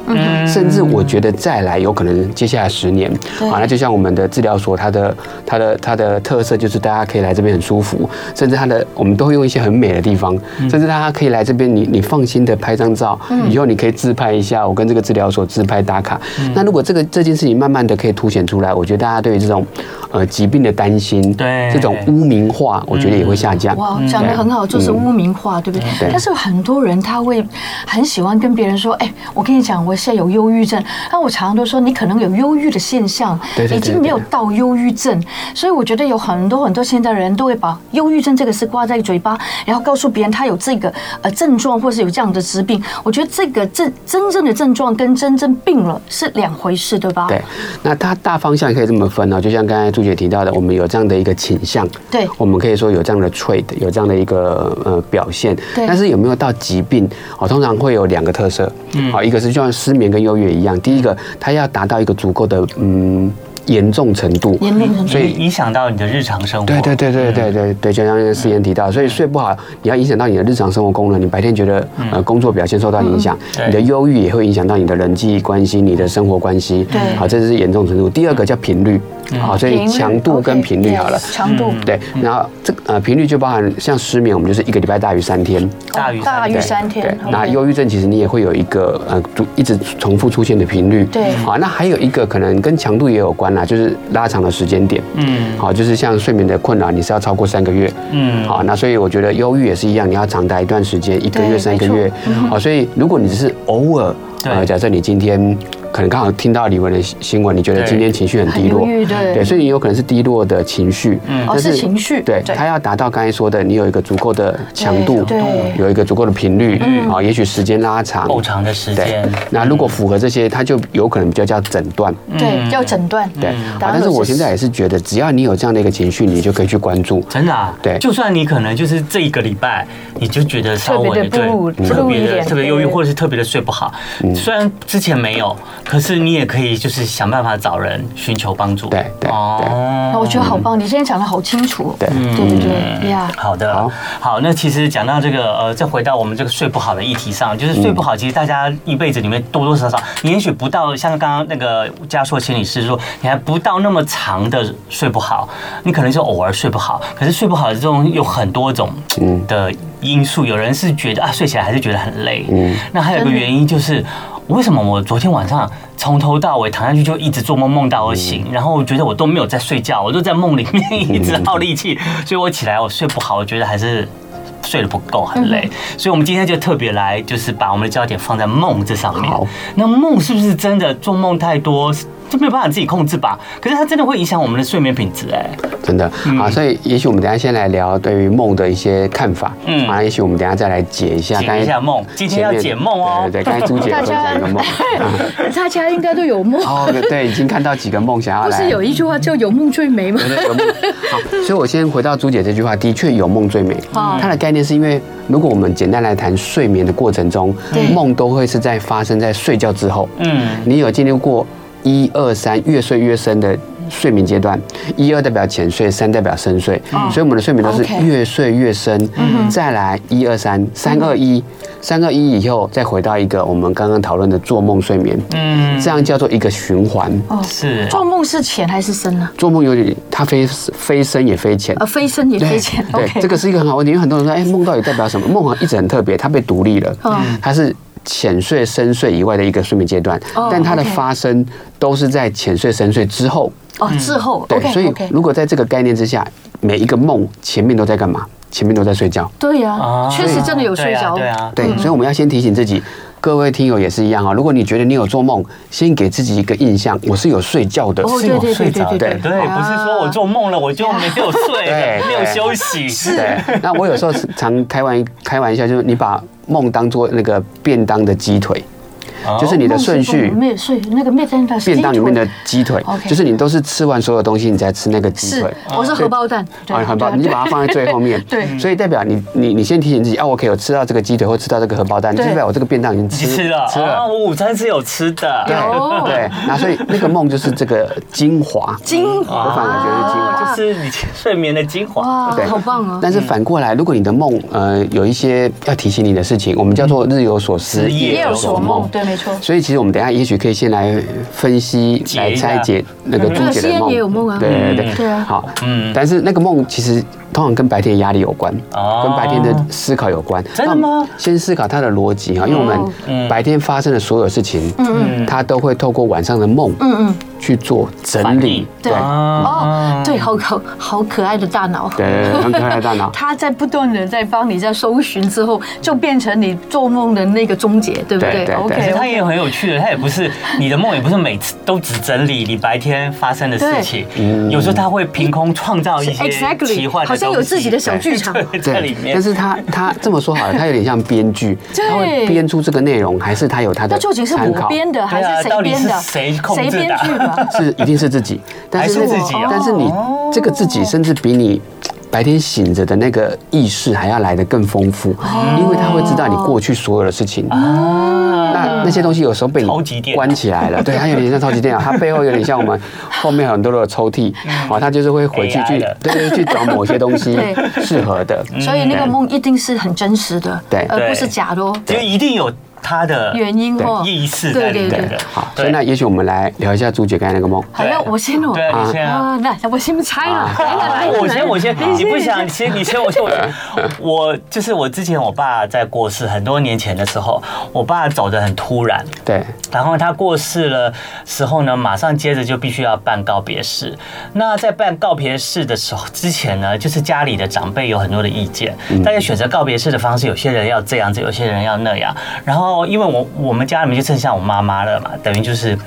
Speaker 4: 甚至我觉得再来有可能接下来十年，
Speaker 2: 对
Speaker 4: 啊，那就像我们的治疗所，它的它的它的特色就是大家可以来这边很舒服，甚至它的我们都会用一些很美的地方，
Speaker 2: 嗯
Speaker 4: 甚至大家可以来这边，你你放心的拍张照，以后你可以自拍一下，我跟这个治疗所自拍打卡。
Speaker 2: 嗯
Speaker 4: 那如果这个这件事情慢慢的可以凸显出来，我觉得大家对于这种呃疾病的担心，
Speaker 3: 对
Speaker 4: 这种污名化，我觉得也会下降。嗯
Speaker 2: 哇，讲的很好，就是污名化，对不对？
Speaker 4: 对
Speaker 2: 但是很多人他会很喜欢跟别人说，哎，我跟你讲，我现在有忧郁症。那我常常都说，你可能有忧郁的现象，
Speaker 4: 对对对
Speaker 2: 已经没有
Speaker 4: 对
Speaker 2: 到忧郁症。所以我觉得有很多很多现代人都会把忧郁症这个事挂在嘴巴，然后告诉别人他有这个呃症状，或是有这样的疾病。我觉得这个呃真真正的症状跟真正病了是两回事，对吧？
Speaker 4: 对，那它大方向可以这么分哦，就像刚才朱姐提到的，我们有这样的一个倾向，
Speaker 2: 对
Speaker 4: 我们可以说有这样的 trait，有这样的一个呃表现，
Speaker 2: 对
Speaker 4: 但是有没有到疾病？哦，通常会有两个特色，好、一个是就像失眠跟忧郁一样，第一个它要达到一个足够的嗯严重程度，
Speaker 2: 年龄很
Speaker 4: 所以
Speaker 3: 影影响到你的日常生活，
Speaker 4: 对对对对对对对，就像那个思妍提到，所以睡不好，你要影响到你的日常生活功能，你白天觉得呃工作表现受到影响，
Speaker 3: 对
Speaker 4: 你的忧郁也会影响到你的人际关系、你的生活关系，
Speaker 2: 对
Speaker 4: 好，这是严重程度。第二个叫频率，好，所以强度跟频率好了。
Speaker 2: 强度
Speaker 4: 对，然后这个呃频率就包含像失眠，我们就是一个礼拜大于三天，
Speaker 3: 大于
Speaker 2: 大
Speaker 3: 三
Speaker 2: 于
Speaker 3: 天
Speaker 2: 三
Speaker 4: 对
Speaker 2: 天，，
Speaker 4: 那
Speaker 2: OK
Speaker 4: 忧郁症其实你也会有一个呃，就一直重复出现的频率。
Speaker 2: 对
Speaker 4: 好，那还有一个可能跟强度也有关啦，就是拉长的时间点。
Speaker 3: 嗯
Speaker 4: 好，就是像睡眠的困扰，你是要超过三个月。
Speaker 3: 嗯
Speaker 4: 好，那所以我觉得忧郁也是一样，你要长达一段时间，一个
Speaker 2: 对
Speaker 4: 月、三个
Speaker 2: 没错嗯
Speaker 4: 月。好，所以如果你只是偶尔，
Speaker 3: 对
Speaker 4: 假设你今天。可能刚好听到李玟的新闻，你觉得
Speaker 3: 对
Speaker 4: 今天情绪很低落
Speaker 2: 很忧郁，对
Speaker 4: 对，所以你有可能是低落的情绪，
Speaker 2: 哦
Speaker 4: 但
Speaker 2: 是情绪
Speaker 4: 对，
Speaker 2: 对
Speaker 4: 它要达到刚才说的，你有一个足够的强度，
Speaker 2: 对对
Speaker 4: 有一个足够的频率，啊，也许时间拉长，
Speaker 3: 够长的时
Speaker 4: 对
Speaker 3: 间。，
Speaker 4: 那如果符合这些，它就有可能比较叫诊断，
Speaker 2: 对，要诊断。
Speaker 4: 嗯
Speaker 2: 嗯
Speaker 4: 对。啊，
Speaker 2: 当然
Speaker 4: 但是我
Speaker 2: 是
Speaker 4: 现在也是觉得，只要你有这样的一个情绪，你就可以去关注。
Speaker 3: 真的啊，
Speaker 4: 对
Speaker 3: 就算你可能就是这一个礼拜，你就觉得稍
Speaker 2: 特别
Speaker 3: 微
Speaker 2: 地不
Speaker 3: 对
Speaker 2: 不
Speaker 3: 特别
Speaker 2: 一
Speaker 3: 的
Speaker 2: 点
Speaker 3: 特别忧郁，
Speaker 2: 对
Speaker 3: 或者是特别的睡不好，
Speaker 4: 嗯
Speaker 3: 虽然之前没有，可是你也可以就是想办法找人寻求帮助。哦
Speaker 4: 对对对
Speaker 2: 啊那我觉得好棒，你今天讲的好清楚。
Speaker 4: 嗯对
Speaker 2: 对对对，呀，
Speaker 3: 好的，
Speaker 4: 好
Speaker 3: 好那其实讲到这个，呃，再回到我们这个睡不好的议题上，就是睡不好，其实大家一辈子里面多多少少，你也许不到像刚刚那个嘉硕心理师说，你还不到那么长的睡不好，你可能就偶尔睡不好，可是睡不好的这种有很多种的因素，有人是觉得啊睡起来还是觉得很累，那还有一个
Speaker 2: 真的
Speaker 3: 原因就是。为什么我昨天晚上从头到尾躺下去就一直做梦，梦到我醒，
Speaker 4: 嗯
Speaker 3: 然后我觉得我都没有在睡觉，我就在梦里面一直耗力气，
Speaker 4: 嗯
Speaker 3: 所以我起来我睡不好，我觉得还是。睡得不够，很
Speaker 4: 嗯
Speaker 3: 累，所以我们今天就特别来，就是把我们的焦点放在梦这上面
Speaker 4: 好。
Speaker 3: 那梦是不是真的做梦太多，就没有办法自己控制吧？可是它真的会影响我们的睡眠品质，哎，
Speaker 4: 真的啊，所以也许我们等一下先来聊对于梦的一些看法，
Speaker 3: 嗯
Speaker 4: 啊，也许我们等一下再来解一下，
Speaker 3: 解一下梦，今
Speaker 4: 刚才
Speaker 3: 天要解梦哦
Speaker 4: 前面。对对对，刚才朱姐
Speaker 2: 大
Speaker 4: 分
Speaker 2: 家
Speaker 4: 享一个梦， 啊
Speaker 2: 大家应该都有梦，
Speaker 4: 哦，对对，已经看到几个梦想要
Speaker 2: 不
Speaker 4: 来，
Speaker 2: 是有一句话叫“有梦最美”吗？
Speaker 4: 有梦。好，所以我先回到朱姐这句话，的确有梦最美。
Speaker 2: 哦
Speaker 4: 它的概念是因为，如果我们简单来谈睡眠的过程中，梦都会是在发生在睡觉之后。
Speaker 3: 嗯，
Speaker 4: 你有经历过一二三越睡越深的睡眠阶段，一二代表浅睡，三代表深睡，所以我们的睡眠都是
Speaker 2: OK
Speaker 4: 越睡越深。再来一二三，三二一，三二一以后再回到一个我们刚刚讨论的做梦睡眠，
Speaker 3: 嗯，
Speaker 4: 这样叫做一个循环。
Speaker 3: 是
Speaker 2: 哦做梦是浅还是深呢？
Speaker 4: 做梦有点，它非非深也非浅
Speaker 2: 呃，。非深也非浅。
Speaker 4: 对，
Speaker 2: OK，
Speaker 4: 这个是一个很好问题，因为很多人说，哎，梦到底代表什么？梦好像一直很特别，它被独立了
Speaker 2: 嗯，
Speaker 4: 它是浅睡、深睡以外的一个睡眠阶段，
Speaker 2: 哦
Speaker 4: 但它的
Speaker 2: OK
Speaker 4: 发生都是在浅睡、深睡之后。
Speaker 2: 哦，滞后。
Speaker 4: 嗯对
Speaker 2: OK，
Speaker 4: 所以
Speaker 2: OK
Speaker 4: 如果在这个概念之下，每一个梦前面都在干嘛？前面都在睡觉。
Speaker 2: 对
Speaker 3: 啊
Speaker 2: 呀，确实真的有睡着。
Speaker 3: 对啊，对啊
Speaker 4: 对，
Speaker 2: 嗯
Speaker 4: 所以我们要先提醒自己，各位听友也是一样啊、如果你觉得你有做梦，先给自己一个印象，我是有睡觉的。
Speaker 2: 哦
Speaker 3: 是我睡着的，
Speaker 2: 对对
Speaker 3: 对，
Speaker 2: 对对对对
Speaker 3: 不是说我做梦了我就没有睡
Speaker 4: 对，
Speaker 3: 没有休息， 是
Speaker 4: 对， 那我有时候常开玩开玩笑，就是你把梦当做那个便当的鸡腿，就是
Speaker 2: 啊
Speaker 4: 你的顺序。
Speaker 2: 没有睡那个面蛋的
Speaker 4: 便当里面的鸡腿
Speaker 2: OK，
Speaker 4: 就是你都是吃完所有东西，你才吃那个鸡
Speaker 2: 是
Speaker 4: 腿。，
Speaker 2: 我是荷包蛋，对
Speaker 4: 啊，很棒，你就把它放在最后面。
Speaker 2: 对
Speaker 4: 所以代表你你你先提醒自己，啊，我可以有吃到这个鸡腿或吃到这个荷包蛋，
Speaker 2: 对
Speaker 4: 代表我这个便当已经
Speaker 3: 你
Speaker 4: 吃
Speaker 3: 吃了，
Speaker 4: 吃
Speaker 3: 啊
Speaker 4: 了。
Speaker 3: 我午餐是有吃的，
Speaker 4: 对
Speaker 2: 有
Speaker 4: 对，那所以那个梦就是这个精华，
Speaker 2: 精
Speaker 4: 嗯我反而觉得是精华。
Speaker 3: 就是你睡眠的精华。
Speaker 2: 啊哇
Speaker 4: 对，
Speaker 2: 好棒啊！
Speaker 4: 但是反过来，如果你的梦呃有一些要提醒你的事情，我们叫做日有所思，
Speaker 3: 嗯夜
Speaker 2: 夜
Speaker 3: 有
Speaker 2: 有
Speaker 3: 所
Speaker 2: 所梦，对，没错。
Speaker 4: 所以其实我们等一下也许可以先来分析、
Speaker 3: 解
Speaker 4: 来
Speaker 3: 一下
Speaker 4: 拆解那个朱姐
Speaker 2: 对
Speaker 4: 的
Speaker 2: 西安
Speaker 4: 梦。
Speaker 2: 也有梦啊
Speaker 4: 对对
Speaker 3: 嗯
Speaker 4: 对，
Speaker 2: 对啊
Speaker 4: 好，
Speaker 3: 嗯
Speaker 4: 嗯，但是那个梦其实通常跟白天的压力有关，
Speaker 3: 哦
Speaker 4: 跟白天的思考有关。
Speaker 3: 真的吗哦嗯
Speaker 4: 那我们先思考它的逻辑哈，因为我们白天发生的所有事情，嗯它都会透过晚上的梦，嗯嗯，去做整
Speaker 3: 反应
Speaker 4: 理，
Speaker 2: 对
Speaker 3: 嗯
Speaker 2: 哦，对，好可好可爱的大脑。
Speaker 4: 对对，对很可爱的 大脑。
Speaker 2: 它在不断的在帮你在搜寻之后，就变成你做梦的那个终结，对不对
Speaker 4: 对对
Speaker 3: 可是它
Speaker 2: ？OK，
Speaker 3: 也很有趣的，它也不是你的梦，也不是每次都只整理你白天发生的事情，有时候它会凭空创造一些奇幻
Speaker 2: exactly，
Speaker 3: 的东西
Speaker 2: 好像有自己的小剧场。
Speaker 3: 对在里面
Speaker 4: 但。是他他这么说好了，他有点像编剧，
Speaker 2: 对
Speaker 4: 他会编出这个内容，还是他有他的
Speaker 2: 那究竟是
Speaker 4: 参考
Speaker 2: 我编的还
Speaker 3: 对啊
Speaker 2: 是
Speaker 3: 到
Speaker 2: 谁
Speaker 3: 底
Speaker 2: 编
Speaker 3: 是
Speaker 2: 的？
Speaker 3: 谁控制的
Speaker 2: 编剧啊的？
Speaker 4: 是一定是自己，但
Speaker 3: 还是
Speaker 4: 那
Speaker 3: 自己
Speaker 4: 个
Speaker 3: 哦
Speaker 4: 但是你这个自己甚至比你。白天醒着的那个意识还要来得更丰富，
Speaker 3: 哦
Speaker 4: 因为他会知道你过去所有的事情。
Speaker 3: 嗯
Speaker 4: 那那些东西有时候被
Speaker 3: 啊超级电脑
Speaker 4: 你关起来了，对，它有点像超级电脑，它背后有点像我们后面很多的抽屉，哦，它就是会回去
Speaker 3: AI
Speaker 4: 去
Speaker 3: 嗯的，
Speaker 4: 对对，去找某 些东西
Speaker 2: 对
Speaker 4: 适合的。
Speaker 3: 嗯
Speaker 2: 所以那个梦一定是很真实的，
Speaker 4: 对
Speaker 2: 而不是假的哦。
Speaker 3: 就一定有它的
Speaker 2: 原因或
Speaker 3: 意识在里
Speaker 2: 对
Speaker 3: 面
Speaker 2: 对
Speaker 3: 的
Speaker 2: 对。
Speaker 4: 嗯好，所以那也许我们来聊一下朱姐刚才那个梦。
Speaker 2: 好，那我先哦。
Speaker 3: 对，你先啊。
Speaker 2: 啊，那我先猜了
Speaker 4: 啊，
Speaker 2: 来来来，
Speaker 3: 哎我先，我先，你不想
Speaker 2: 你
Speaker 3: 先，你先，我先，我先。我就是我之前我爸在过世很多年前的时候，我爸走的很突然，
Speaker 4: 对，
Speaker 3: 然后他过世了时候呢，马上接着就必须要办告别式。那在办告别式的时候之前呢，就是家里的长辈有很多的意见，大家选择告别式的方式，有些人要这样子，有些人要那样。然后后因为我我们家里面就剩下我妈妈了嘛，等于就是。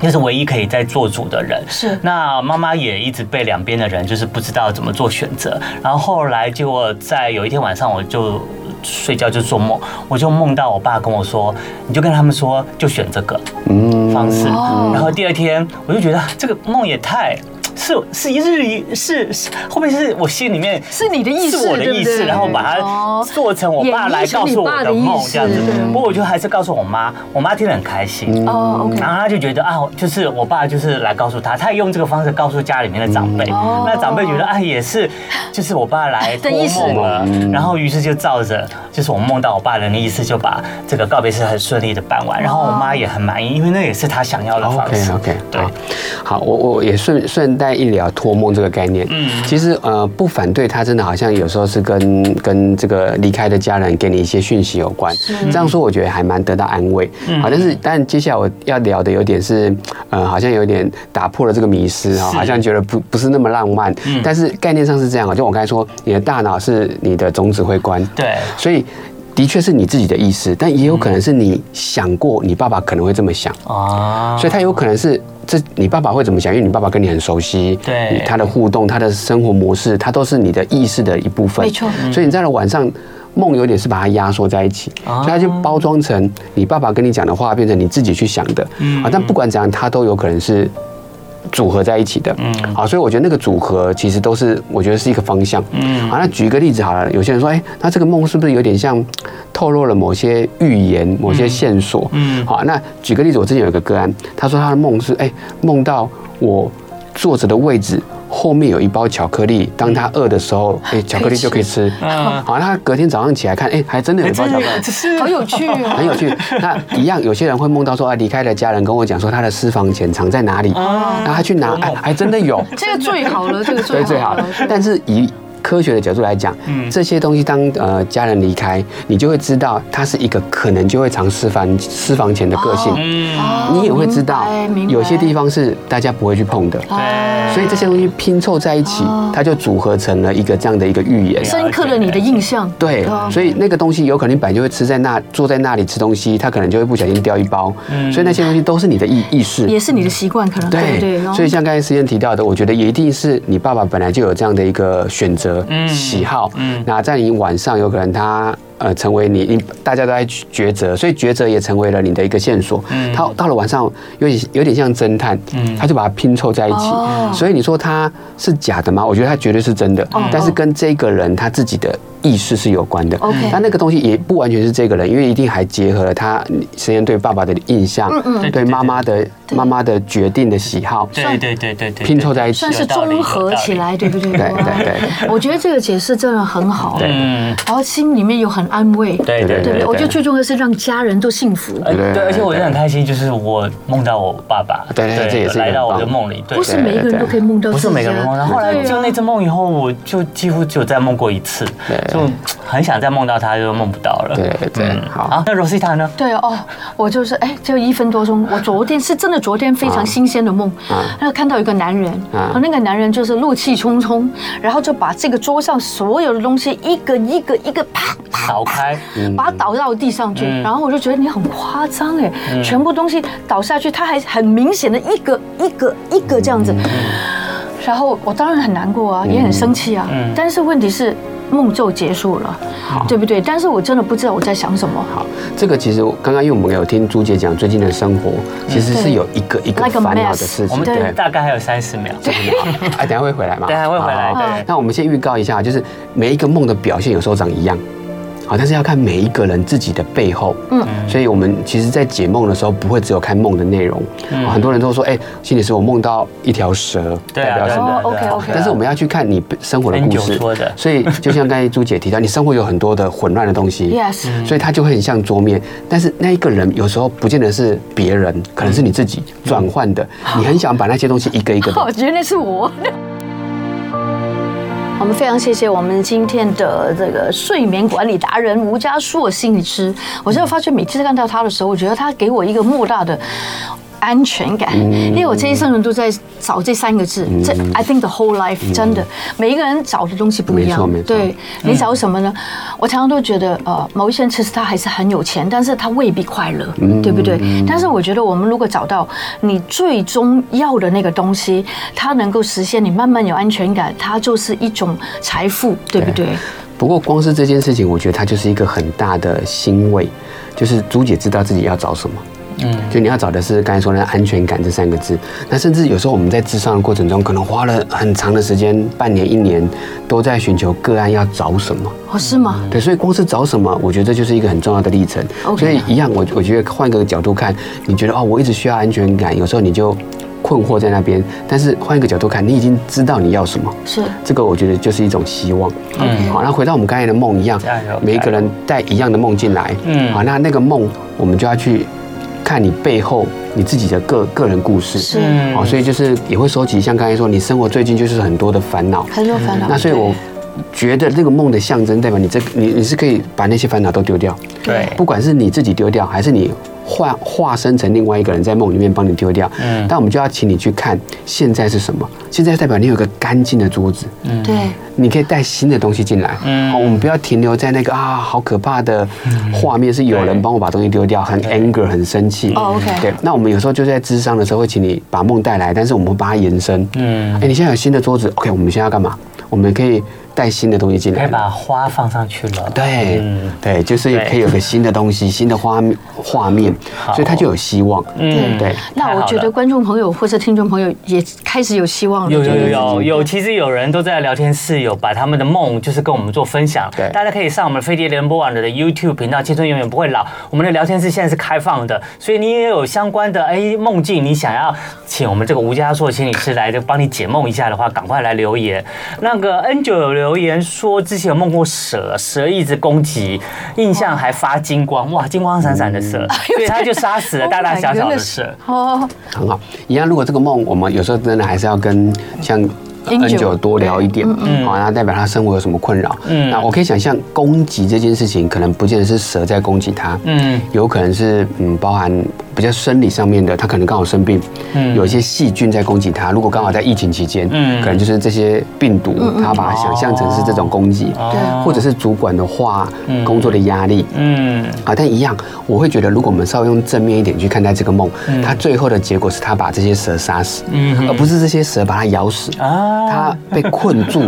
Speaker 3: 就是唯一可以在做主的人，
Speaker 2: 是
Speaker 3: 那妈妈也一直被两边的人就是不知道怎么做选择，然后后来结果在有一天晚上我就睡觉就做梦，我就梦到我爸跟我说，你就跟他们说就选这个，
Speaker 4: 嗯
Speaker 3: 方式。
Speaker 2: 哦
Speaker 3: 然后第二天我就觉得啊这个梦也太。是是一日一是是，后面是我心里面
Speaker 2: 是你的意识
Speaker 3: 是我的
Speaker 2: 对不
Speaker 3: 意识，
Speaker 2: 对
Speaker 3: 然后把它
Speaker 2: 哦
Speaker 3: 做成我爸来告诉我的梦这样
Speaker 2: 演绎成你爸的意
Speaker 3: 子
Speaker 2: 识对。
Speaker 3: 不过我就还是告诉我妈，我妈听得很开心。
Speaker 2: 哦，OK，
Speaker 3: 然后他就觉得啊，就是我爸就是来告诉他，他也用这个方式告诉家里面的长辈，
Speaker 2: 哦
Speaker 3: 那长辈觉得啊也是，就是我爸来托
Speaker 2: 的意思
Speaker 3: 梦了
Speaker 4: 嗯，
Speaker 3: 然后于是就照着就是我梦到我爸的那意思，就把这个告别式很顺利的办完，然后我妈也很满意，因为那也是她想要的方
Speaker 4: OK
Speaker 3: 式。
Speaker 4: OK，
Speaker 3: 对
Speaker 4: 好，好，我我也顺顺带一聊托梦这个概念。嗯，其实呃不反对它，真的好像有时候是跟跟这个离开的家人给你一些讯息有关。这样说我觉得还蛮得到安慰。
Speaker 3: 嗯
Speaker 4: 好，但是但接下来我要聊的有点是，呃，好像有点打破了这个迷失哈，
Speaker 3: 是嗯
Speaker 4: 好像觉得不不是那么浪漫。但是概念上是这样啊，就我刚才说，你的大脑是你的总指挥官。
Speaker 3: 对，
Speaker 4: 所以的确是你自己的意思，但也有可能是你想过，你爸爸可能会这么想。
Speaker 3: 啊
Speaker 4: 所以他有可能是这你爸爸会怎么想，因为你爸爸跟你很熟悉，
Speaker 3: 对
Speaker 4: 你他的互动、他的生活模式，他都是你的意识的一部分。
Speaker 2: 没错嗯
Speaker 4: 所以你在晚上。梦有点是把它压缩在一起，
Speaker 2: 哦
Speaker 4: 所以它就包装成你爸爸跟你讲的话，变成你自己去想的
Speaker 2: 嗯
Speaker 4: 啊。但不管怎样，它都有可能是组合在一起的。嗯，好，所以我觉得那个组合其实都是，我觉得是一个方向。嗯，好，那举一个例子好了，有些人说，哎、那这个梦是不是有点像透露了某些预言、某些线索？嗯，好，那举个例子，我之前有一个个案，他说他的梦是，哎、梦到我坐着的位置。后面有一包巧克力，当他饿的时候，哎、巧克力就可以吃。
Speaker 3: 嗯
Speaker 4: 好，那他隔天早上起来看，哎、还真的有一包巧克力。
Speaker 3: 是
Speaker 2: 好有趣哦，
Speaker 4: 很有趣。那一样，有些人会梦到说啊，离开了家人，跟我讲说他的私房钱藏在哪里，然后他去拿，哎，还真 的有，
Speaker 2: 啊这个最好了，这个
Speaker 4: 所以最
Speaker 2: 最好
Speaker 4: 好
Speaker 2: 了。。
Speaker 4: 但是以科学的角度来讲，这些东西当呃家人离开，你就会知道他是一个可能就会藏私房私房钱的个性，
Speaker 2: 哦
Speaker 4: 你也会知道
Speaker 2: 明白明白哦
Speaker 4: 有些地方是大家不会去碰的。
Speaker 3: 对，
Speaker 4: 所以这些东西拼凑在一起，它就组合成了一个这样的一个预言。
Speaker 2: 深刻了你的印象。
Speaker 4: 对，所以那个东西有可能你本来就会吃在那，坐在那里吃东西，他可能就会不小心掉一包，所以那些东西都是你的意意识。
Speaker 2: 也是你的习惯，可能对对。哦然后
Speaker 4: 所以像刚才时间提到的，我觉得也一定是你爸爸本来就有这样的一个选择、喜好，那在你晚上有可能他呃成为你你大家都在抉择，所以抉择也成为了你的一个线索。他到了晚上有点有点像侦探，他就把它拼凑在一起
Speaker 2: 哦，
Speaker 4: 所以你说他是假的吗？我觉得他绝对是真的，但是跟这个人他自己的意识是有关的。
Speaker 2: 哦 OK
Speaker 4: 但那个东西也不完全是这个人，因为一定还结合了他时间对爸爸的印象，
Speaker 2: 嗯
Speaker 4: 对妈妈的妈妈的决定的喜好，
Speaker 3: 对对对对对，
Speaker 4: 拼凑在一起
Speaker 2: 算。是综合起来，对不对？
Speaker 4: 对
Speaker 2: 哇
Speaker 4: 对对
Speaker 2: 我觉得这个解释真的很好，
Speaker 4: 对
Speaker 3: 嗯，
Speaker 2: 然后心里面有很安慰，对
Speaker 3: 对对
Speaker 4: 对
Speaker 2: 不
Speaker 3: 对
Speaker 2: 对？
Speaker 4: 对
Speaker 2: 我觉得最重要是让家人都幸福，
Speaker 3: 呃
Speaker 4: 对
Speaker 3: 对，而且我
Speaker 4: 对
Speaker 3: 也很开心，就是我梦到我爸爸，
Speaker 4: 对对对这也是一个
Speaker 3: 来到我
Speaker 4: 很
Speaker 3: 的
Speaker 4: 棒
Speaker 3: 梦里，对
Speaker 2: 不是每一个人都可以梦到自
Speaker 3: 不
Speaker 2: 己
Speaker 3: 是
Speaker 2: 啊，
Speaker 3: 每个人梦到。后来
Speaker 2: 对啊
Speaker 3: 就那次梦以后，我就几乎只有再梦过一次，就很想再梦到他，就梦不到了。
Speaker 4: 对对，好。
Speaker 3: 啊，那 Rosita 呢？
Speaker 2: 对哦，我就是哎，就一分多钟。我昨天是真的，昨天非
Speaker 3: 啊
Speaker 2: 常新鲜的梦，然后看到一个男人，
Speaker 4: 啊
Speaker 2: 然后那个男人就是怒气冲冲，然后就把这个桌上所有的东西一个一个一个啪啪
Speaker 3: 扫开，
Speaker 2: 把它倒到地上去，
Speaker 3: 嗯
Speaker 2: 然后我就觉得你很夸张哎，全部东西倒下去，它还很明显的一个一个一个这样子，
Speaker 3: 嗯
Speaker 2: 然后我当然很难过啊，也很生气啊
Speaker 3: 嗯，
Speaker 2: 但是问题是梦就结束了，对不对？但是我真的不知道我在想什么，
Speaker 4: 好，啊这个其实我刚刚因为我们有听朱姐讲最近的生活，其实是有一个一
Speaker 2: 嗯
Speaker 4: 个
Speaker 2: Like a
Speaker 4: 烦恼的
Speaker 2: mess
Speaker 4: 事
Speaker 3: 我
Speaker 4: 情，
Speaker 3: 们
Speaker 2: 对
Speaker 3: 大概还有三十秒。
Speaker 4: 哎，等一下会回来嘛？
Speaker 3: 等一下会回来
Speaker 4: 好好好
Speaker 3: 对
Speaker 4: 那我们先预告一下，就是每一个梦的表现有时候长一样，好，但是要看每一个人自己的背后。嗯，所以我们其实，在解梦的时候，不会只有看梦的内容。很多人都说，哎，心理师，我梦到一条蛇，
Speaker 3: 嗯对啊，
Speaker 4: 代表
Speaker 3: 对
Speaker 4: 什
Speaker 3: 啊
Speaker 4: 么？
Speaker 2: 哦
Speaker 3: 对啊对啊
Speaker 2: OK，OK
Speaker 4: 但是我们要去看你生活的故事
Speaker 3: Angel 说的，
Speaker 4: 所以就像刚才朱姐提到，你生活有很多的混乱的 东西
Speaker 2: Yes 嗯
Speaker 4: 所以它就会很像桌面。但是那一个人有时候不见得是别人，可能是你自己转换的，
Speaker 3: 嗯
Speaker 4: 你很想把那些东西一个一个的
Speaker 2: 哦，原来是我。 我们非常谢谢我们今天的这个睡眠管理达人吴家硕心理师。我真的发觉每次看到他的时候，我觉得他给我一个莫大的安全感，
Speaker 4: 嗯
Speaker 2: 因为我这一生人都在找这三个字，这 I think the whole life 真的，每一个人找的东西不一样
Speaker 4: 嗯没错没，错
Speaker 2: 对你找什么呢？我常常都觉得，呃，某一些人其实他还是很有钱，但是他未必快乐，
Speaker 4: 嗯
Speaker 2: 对不对？但是我觉得我们如果找到你最终要的那个东西，它能够实现你慢慢有安全感，它就是一种财富，对不对？
Speaker 4: 不过光是这件事情，我觉得它就是一个很大的欣慰，就是朱姐知道自己要找什么。嗯，就你要找的是刚才说的安全感这三个字。那甚至有时候我们在智商的过程中，可能花了很长的时间，半年、一年，都在寻求个案要找什么。
Speaker 2: 哦，是吗？
Speaker 4: 对，所以光是找什么，我觉得这就是一个很重要的历程。
Speaker 2: OK
Speaker 4: 所以一样，我我觉得换个角度看，你觉得哦，我一直需要安全感，有时候你就困惑在那边。但是换一个角度看，你已经知道你要什么，
Speaker 2: 是
Speaker 4: 这个我觉得就是一种希望。嗯，好，那回到我们刚才的梦一样
Speaker 3: 加油，
Speaker 4: 每一个人带一样的梦进来。
Speaker 3: 嗯
Speaker 4: 好，那那个梦我们就要去看你背后你自己的个个人故事。
Speaker 2: 是
Speaker 3: 嗯
Speaker 4: 好，所以就是也会收集，像刚才说，你生活最近就是很多的烦恼。
Speaker 2: 很多烦恼。
Speaker 4: 嗯那所以我觉得这个梦的象征代表你这你你是可以把那些烦恼都丢掉，
Speaker 3: 对
Speaker 4: 不管是你自己丢掉，还是你化化身成另外一个人在梦里面帮你丢掉。
Speaker 3: 嗯
Speaker 4: 但我们就要请你去看现在是什么，现在代表你有一个干净的桌子。
Speaker 2: 对对
Speaker 4: 你可以带新的东西进来，
Speaker 3: 嗯
Speaker 4: 好，我们不要停留在那个啊，好可怕的画面，是有人帮我把东西丢掉，很 anger，很生气。
Speaker 2: 哦，OK
Speaker 4: 对，那我们有时候就在智商的时候会请你把梦带来，但是我们会把它延伸。
Speaker 3: 嗯
Speaker 4: 哎、你现在有新的桌子，OK，我们现在要干嘛？我们可以带新的东西进
Speaker 3: 可以
Speaker 4: 来。
Speaker 3: 把花放上去了。嗯
Speaker 4: 对，嗯对，就是
Speaker 3: 对
Speaker 4: 可以有个新的东西，新的画面画面，所以它就有希望。
Speaker 3: 嗯
Speaker 4: 对
Speaker 2: 那我觉得观众朋友或者听众朋友也开始有希望了。
Speaker 3: 有有有有有，其实有人都在聊天室有把他们的梦就是跟我们做分享，
Speaker 4: 对
Speaker 3: 大家可以上我们飞碟联播网的 YouTube 频道《青春永远不会老》，我们的聊天室现在是开放的，所以你也有相关的哎梦境，你想要请我们这个吴家硕心理师来这帮你解梦一下的话，赶快来留言。那个 N 九有留言说之前有梦过蛇，蛇一直攻击，印象还发金光，哇，金光闪闪的蛇，所以他就杀死了大大小小的 蛇。
Speaker 2: 哦，
Speaker 4: 很好。一样，如果这个梦，我们有时候真的还是要跟像 N 九
Speaker 2: Angel，
Speaker 4: 多聊一点，好，那代表他生活有什么困扰。
Speaker 3: 嗯
Speaker 4: 那我可以想象，攻击这件事情，可能不见得是蛇在攻击他，
Speaker 3: 嗯
Speaker 4: 有可能是嗯，包含比较生理上面的，他可能刚好生病，有一些细菌在攻击他。如果刚好在疫情期间，
Speaker 3: 嗯
Speaker 4: 可能就是这些病毒，他把它想象成是这种攻击，
Speaker 3: 哦
Speaker 2: 对
Speaker 4: 或者是主管的话，工作的压力，
Speaker 3: 嗯
Speaker 4: 啊，但一样，我会觉得，如果我们稍微用正面一点去看待这个梦，它最后的结果是它把这些蛇杀死，而不是这些蛇把它咬死，
Speaker 3: 啊。
Speaker 4: 它被困住。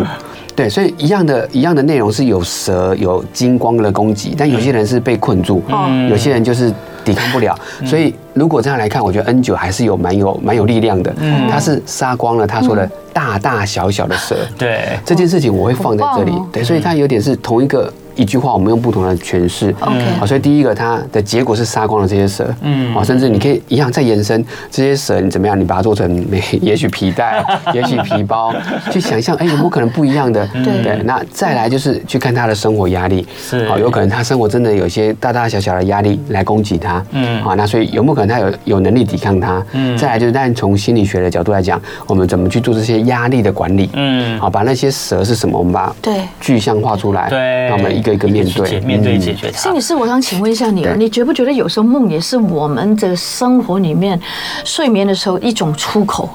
Speaker 4: 对，所以一样的一样的内容是有蛇有金光的攻击，但有些人是被困住，有些人就是抵抗不了。所以如果这样来看，我觉得 N 九还是有蛮有蛮有力量的，它是杀光了他说的大大小小的蛇。
Speaker 3: 对，
Speaker 4: 这件事情我会放在这里
Speaker 2: 好棒哦，
Speaker 4: 对，所以它有点是同一个一句话，我们用不同的诠释。啊
Speaker 2: OK
Speaker 4: 好，所以第一个它的结果是杀光了这些蛇，嗯，好，甚至你可以一样再延伸这些蛇，你怎么样？你把它做成 也许皮带，也许皮包，去想象，哎，有没有可能不一样的？
Speaker 2: 对
Speaker 4: 那再来就是去看他的生活压力，啊
Speaker 3: 是
Speaker 4: 好，有可能他生活真的有一些大大小小的压力来攻击他，
Speaker 3: 嗯
Speaker 4: 嗯，好，那所以有没有可能他有有能力抵抗它？嗯，再来就是，但从心理学的角度来讲，我们怎么去做这些压力的管理？
Speaker 3: 嗯
Speaker 4: 好，把那些蛇是什么，我们把它
Speaker 2: 对
Speaker 4: 具象化出 来，
Speaker 3: 对，
Speaker 4: 让我们一个一个面
Speaker 3: 去解
Speaker 4: 对，
Speaker 3: 面对
Speaker 4: 嗯
Speaker 3: 解决它
Speaker 2: 心理。师，我想请问一下你啊，
Speaker 4: 对
Speaker 2: 你觉不觉得有时候梦也是我们的生活里面睡眠的时候一种出口，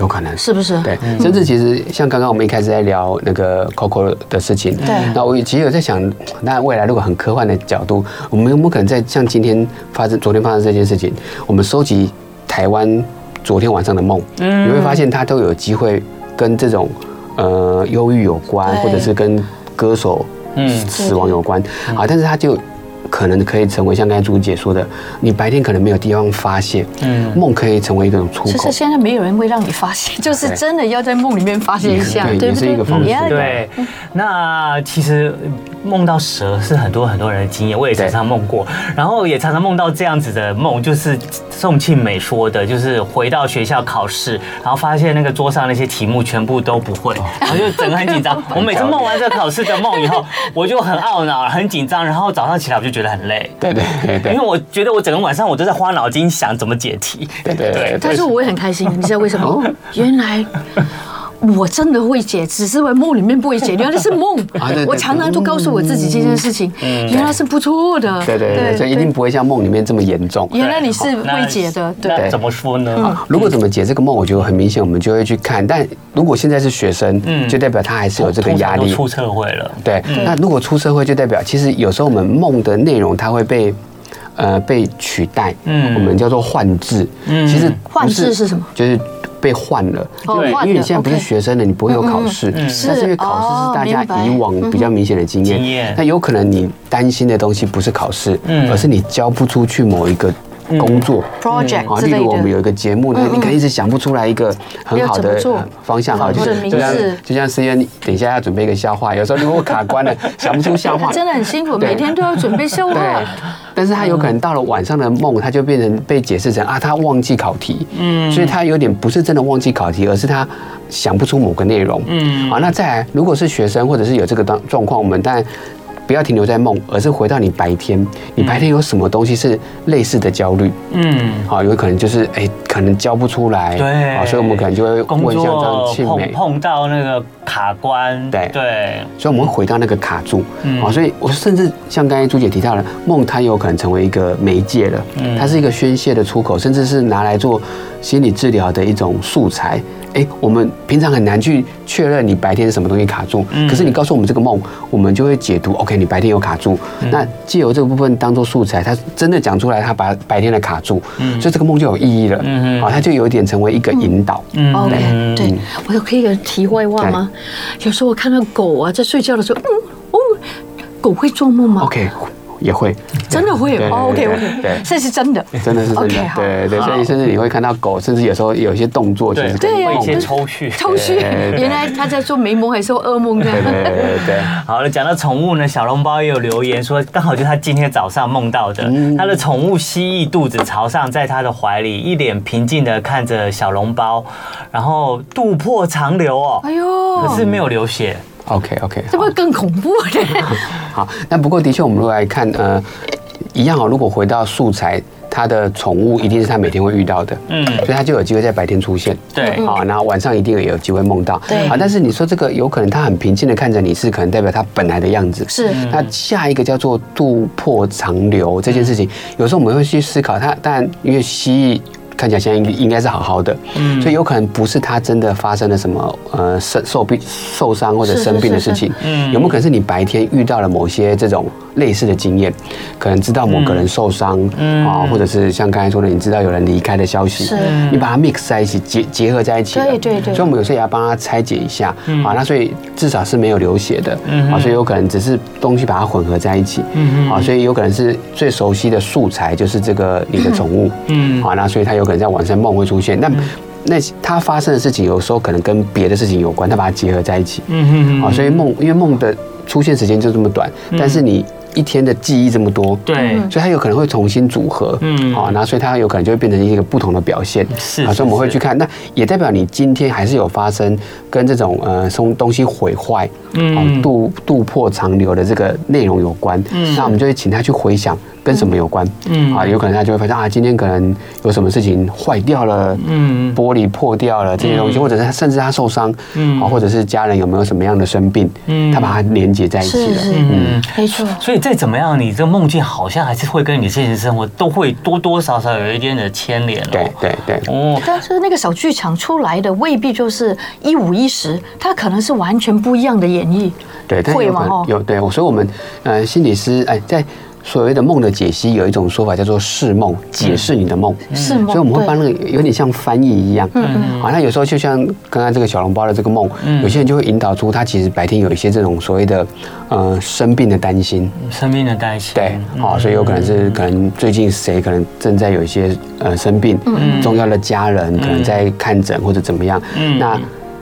Speaker 4: 有可能
Speaker 2: 是不是？
Speaker 4: 对，甚至其实像刚刚我们一开始在聊那个 Coco 的事情，
Speaker 2: 对
Speaker 4: 那我其实有在想，那未来如果很科幻的角度，我们有没有可能在像今天发生、昨天发生这件事情，我们收集台湾昨天晚上的梦，
Speaker 2: 嗯
Speaker 4: 你会发现它都有机会跟这种呃忧郁有关，
Speaker 2: 对
Speaker 4: 或者是跟歌手
Speaker 3: 嗯
Speaker 4: 死亡有关，好，但是它就。可能可以成为像刚才朱姐说的，你白天可能没有地方发泄，
Speaker 3: 嗯
Speaker 4: 梦可以成为一种出口。
Speaker 2: 其实现在没有人会让你发现，就是
Speaker 4: 对
Speaker 2: 真的要在梦里面发现一下，
Speaker 4: 对
Speaker 2: 对
Speaker 4: 也
Speaker 2: 不
Speaker 4: 是一个方
Speaker 2: 对？
Speaker 4: 式
Speaker 2: Yeah，
Speaker 3: 对，那其实梦到蛇是很多很多人的经验，我也常常梦过，然后也常常梦到这样子的梦，就是宋庆美说的，就是回到学校考试，然后发现那个桌上那些题目全部都不
Speaker 4: 哦
Speaker 3: 会，然后就整个很紧 张。我每次梦完这个考试的梦以后，我就很懊恼、很紧张，然后早上起来我就觉得很累。
Speaker 4: 对对对
Speaker 3: 因
Speaker 4: 对
Speaker 3: 为我觉得我整个晚上我都在花脑筋想怎么解题，
Speaker 4: 对对对对。
Speaker 2: 哦但是我也很开心，你知道为什么？原来我真的会解，只是我梦里面不会解，原来是梦
Speaker 4: 啊对对。嗯
Speaker 2: 我常常都告诉我自己这件事情，原来是不错的。
Speaker 4: 对对对，所以一定不会像梦里面这么严重。
Speaker 2: 原来你是会解的，
Speaker 3: 那
Speaker 2: 对。嗯
Speaker 3: 怎么说呢？
Speaker 4: 如果怎么解这个梦，我觉得很明显，我们就会去看。
Speaker 3: 嗯
Speaker 4: 但如果现在是学生，就代表他还是有这个
Speaker 3: 通常
Speaker 4: 压
Speaker 3: 都
Speaker 4: 力。
Speaker 3: 出嗯社会了，
Speaker 4: 对，那如果出社会，就代表其实有时候我们梦的内容它会被。呃，被取代，
Speaker 3: 嗯
Speaker 4: 我们叫做换字。其实不
Speaker 2: 换字是什么
Speaker 4: 就是被换了，
Speaker 2: 哦
Speaker 4: 对
Speaker 2: 换了
Speaker 4: 因为你现在不是
Speaker 2: OK 嗯
Speaker 4: 学生了，你不会有考试，
Speaker 2: 是
Speaker 4: 但是因为考试是大
Speaker 2: 哦
Speaker 4: 家
Speaker 2: 明白嗯
Speaker 4: 以往比较明显的经
Speaker 3: 经验
Speaker 4: 验，那有可能你担心的东西不是考试，
Speaker 3: 嗯
Speaker 4: 而是你交不出去某一个工作。
Speaker 2: project
Speaker 4: 啊，
Speaker 2: 之
Speaker 4: 例
Speaker 2: 类
Speaker 4: 如我们有
Speaker 2: 的，嗯
Speaker 4: 一个节目呢，你可能一直想不出来一个很好
Speaker 2: 要
Speaker 4: 的
Speaker 2: 怎么做
Speaker 4: 呃方向啊，
Speaker 2: 或者名
Speaker 4: 就像
Speaker 2: 字
Speaker 4: 就像思燕，等一下要准备一个笑话，有时候如果卡 关了想不出笑话，
Speaker 2: 真的很辛苦，
Speaker 4: 对
Speaker 2: 每天都要准备笑话
Speaker 4: 对。，但是他有可能到了晚上的梦，他就变成被解释成啊，他忘记考题，嗯，所以他有点不是真的忘记考题，而是他想不出某个内容，嗯，啊，那再来，如果是学生或者是有这个当状况，我们当然不要停留在梦，而是回到你白天，你白天有什么东西是类似的焦虑，
Speaker 3: 嗯，
Speaker 4: 啊，有可能就是哎、可能教不出来，
Speaker 3: 对
Speaker 4: 啊，所以我们可能就会
Speaker 3: 工
Speaker 4: 问像这样
Speaker 3: 作
Speaker 4: 庆
Speaker 3: 碰
Speaker 4: 美，
Speaker 3: 碰到那个卡关，
Speaker 4: 对
Speaker 3: 对，
Speaker 4: 所以我们会回到那个卡住，啊，所以我甚至像刚才朱姐提到了，梦它有可能成为一个媒介了，它是一个宣泄的出口，甚至是拿来做心理治疗的一种素材。哎，我们平常很难去确认你白天是什么东西卡住，可是你告诉我们这个梦，我们就会解读，OK，你白天有卡住，那借由这个部分当做素材，它真的讲出来，它把白天的卡住，所以这个梦就有意义了，啊，它就有点成为一个引导，
Speaker 2: 嗯
Speaker 4: 嗯
Speaker 2: OK，对哦我有可以有题外话吗？有时候我看到狗啊，在睡觉的时候，嗯哦，狗会做梦吗？
Speaker 4: OK，也会。
Speaker 2: 真的会
Speaker 4: 对对
Speaker 2: 哦
Speaker 4: 对
Speaker 2: ，OK
Speaker 4: 对
Speaker 2: OK，
Speaker 4: 对
Speaker 2: 这是真 的，
Speaker 4: 真的是真的
Speaker 2: OK，好
Speaker 4: 对对对，所以甚至你会看到狗，甚至有时候有一些动作其实跟
Speaker 2: 对啊
Speaker 3: 会一
Speaker 2: 我
Speaker 3: 些
Speaker 2: 们
Speaker 3: 抽蓄，
Speaker 2: 抽虚，
Speaker 4: 对对
Speaker 2: 原来他在做美梦还是做噩梦这
Speaker 4: 对
Speaker 2: 样。
Speaker 4: 对对对对。
Speaker 3: 好了，讲到宠物呢，小笼包也有留言说，刚好就是他今天早上梦到的，
Speaker 4: 嗯
Speaker 3: 他的宠物蜥蜴肚子朝上，在他的怀里，一脸平静的看着小笼包，然后肚破长流哦，
Speaker 2: 哎呦，
Speaker 3: 可是没有流血，
Speaker 4: OK OK，
Speaker 2: 这不会更恐怖的？
Speaker 4: 好，那不过的确，我们如果来看，呃，一样哦。如果回到素材，它的宠物一定是它每天会遇到的，
Speaker 3: 嗯
Speaker 4: 所以它就有机会在白天出现。
Speaker 3: 对
Speaker 4: 啊，然后晚上一定也有机会梦到。
Speaker 2: 嗯对
Speaker 4: 啊，但是你说这个有可能它很平静的看着你，是可能代表它本来的样子。
Speaker 2: 是嗯
Speaker 4: 那下一个叫做渡破长流这件事
Speaker 2: 嗯
Speaker 4: 情，有时候我们会去思考它，但因为蜥蜴。看起来现在应应该是好好的，
Speaker 2: 嗯
Speaker 4: 所以有可能不是它真的发生了什么呃受受病受伤或者
Speaker 2: 是是
Speaker 4: 生病的
Speaker 2: 是
Speaker 4: 事
Speaker 2: 是
Speaker 4: 情，有没有可能是你白天遇到了某些这种类似的经验，可能知道某个人受伤啊，或者是像刚才说的，你知道有人离开的消息
Speaker 2: 嗯是，
Speaker 4: 你把它 mix 在一起结结合在一起了，
Speaker 2: 对对嗯对
Speaker 4: 所以我们有时候也要帮他拆解一下啊，那所以至少是没有流血的
Speaker 2: 嗯
Speaker 4: 啊，所以有可能只是东西把它混合在一起啊，所以有可能是最熟悉的素材就是这个你的宠物，嗯，啊，那所以它有可能在晚上梦会出现，
Speaker 2: 嗯
Speaker 4: 但。那它发生的事情，有时候可能跟别的事情有关，它把它结合在一起。
Speaker 3: 嗯
Speaker 4: 啊，所以梦，因为梦的出现时间就这么短，但是你一天的记忆这么多，
Speaker 3: 对
Speaker 4: 所以它有可能会重新组合，
Speaker 3: 嗯
Speaker 4: 嗯，啊，然后所以它有可能就会变成一个不同的表现，
Speaker 3: 是
Speaker 4: 啊，
Speaker 3: 是
Speaker 4: 所以我们会
Speaker 3: 是
Speaker 4: 去看，那也代表你今天还是有发生跟这种呃东东西毁坏，嗯，渡渡破长流的这个内容有关，那我们就会请他去回想跟什么有关，嗯，啊，有可能他就会发现啊，今天可能有什么事情坏掉了，嗯，玻璃破掉了这些东西，或者是他甚至他受伤，嗯，啊，或者是家人有没有什么样的生病，嗯，他把它连接在一起
Speaker 2: 是
Speaker 4: 了，
Speaker 2: 是，
Speaker 3: 嗯
Speaker 2: 没错。
Speaker 3: 所以再怎么样，你这梦境好像还是会跟你现实生活都会多多少少有一点的牵连哦。
Speaker 4: 对对对。
Speaker 3: 哦，
Speaker 2: 但是那个小剧场出来的未必就是一五一十，它可能是完全不一样的演绎。
Speaker 4: 对，但
Speaker 2: 会
Speaker 4: 有
Speaker 2: 吗
Speaker 4: 可
Speaker 2: 哦
Speaker 4: 能有对，所以我们呃心理师哎在。所谓的梦的解析，有一种说法叫做释梦，解释你的梦。
Speaker 2: 嗯
Speaker 4: 嗯
Speaker 2: 释梦
Speaker 4: 所以我们会
Speaker 2: 对
Speaker 4: 帮那个有点像翻译一样。嗯嗯。好，那有时候就像刚刚这个小笼包的这个梦，
Speaker 2: 嗯
Speaker 4: 有些人就会引导出他其实白天有一些这种所谓的呃生病的担心。
Speaker 3: 生命的担心。
Speaker 4: 对，好，哦所以有可能是可能最近谁可能正在有一些呃生病，
Speaker 3: 嗯
Speaker 4: 重要的家人可能在看诊或者怎么样，那。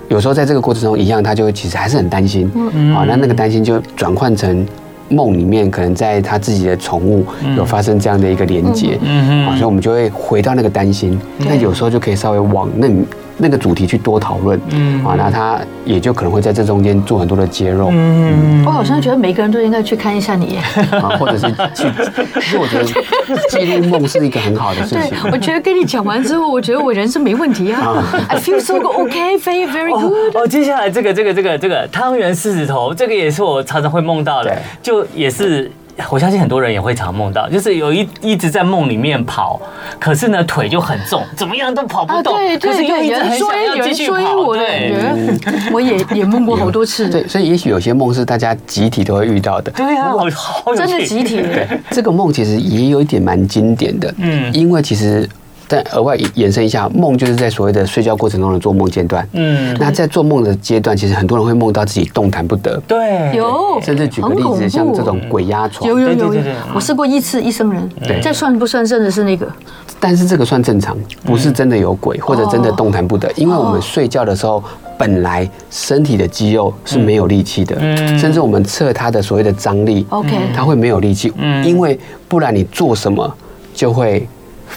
Speaker 4: 有时候在这个过程中，一样，他就其实还是很担心，
Speaker 3: 嗯
Speaker 4: 好，那那个担心就转换成梦里面，可能在他自己的宠物有发生这样的一个连接，哦
Speaker 3: 嗯
Speaker 4: 好，所以我们就会回到那个担心，那有时候就可以稍微往那那个主题去多讨论，嗯，啊，那他也就可能会在这中间做很多的揭露，
Speaker 3: 嗯
Speaker 2: 我好像觉得每个人都应该去看一下你。
Speaker 4: 啊，或者是去，因为我觉得记录梦是一个很好的事
Speaker 2: 对
Speaker 4: 情，。
Speaker 2: 我觉得跟你讲完之后，我觉得我人生没问题啊。I feel so OK, very very
Speaker 3: 哦
Speaker 2: good。
Speaker 3: 哦，接下来这个这个这个这个汤圆狮子头，这个也是我常常会梦到的
Speaker 4: 对，
Speaker 3: 就也是。我相信很多人也会常梦到，就是有一一直在梦里面跑，可是呢腿就很重，怎么样都跑不
Speaker 2: 啊，
Speaker 3: 动，
Speaker 2: 对
Speaker 3: 可是
Speaker 2: 对
Speaker 3: 又
Speaker 2: 对，
Speaker 3: 一直
Speaker 2: 有人
Speaker 3: 很想
Speaker 2: 追，
Speaker 3: 要
Speaker 2: 有
Speaker 3: 继
Speaker 2: 人
Speaker 3: 续
Speaker 2: 追
Speaker 3: 跑，
Speaker 2: 我的
Speaker 3: 对，
Speaker 2: 感觉，我也也梦过好多次，
Speaker 4: 对，所以也许有些梦是大家集体都会遇到的。
Speaker 3: 对啊，好好有
Speaker 2: 哦真的
Speaker 3: 趣
Speaker 2: 集体。
Speaker 4: 这个梦其实也有一点蛮经典的，
Speaker 3: 嗯
Speaker 4: 嗯，因为其实再额外延伸一下，梦就是在所谓的睡觉过程中的做梦阶段。
Speaker 3: 嗯，
Speaker 4: 那在做梦的阶段，其实很多人会梦到自己动弹不得，
Speaker 3: 对，
Speaker 2: 有，
Speaker 4: 甚至举个例
Speaker 2: 很恐怖
Speaker 4: 子，像这种鬼压床，
Speaker 2: 有有
Speaker 3: 对对
Speaker 2: 有
Speaker 3: 对
Speaker 2: 有
Speaker 3: 对，
Speaker 2: 我试过一次一生人
Speaker 4: 对，
Speaker 2: 这算不算真的是那个？
Speaker 4: 但是这个算正常，
Speaker 2: 嗯
Speaker 4: 不是真的有鬼或者真
Speaker 2: 哦
Speaker 4: 的动弹不得，因为我们睡觉的时候。本来身体的肌肉是没有力气的，
Speaker 3: 嗯
Speaker 4: 甚至我们测它的所谓的张力
Speaker 2: OK
Speaker 4: 它会没有力气，
Speaker 3: 嗯
Speaker 4: 因为不然你做什么就会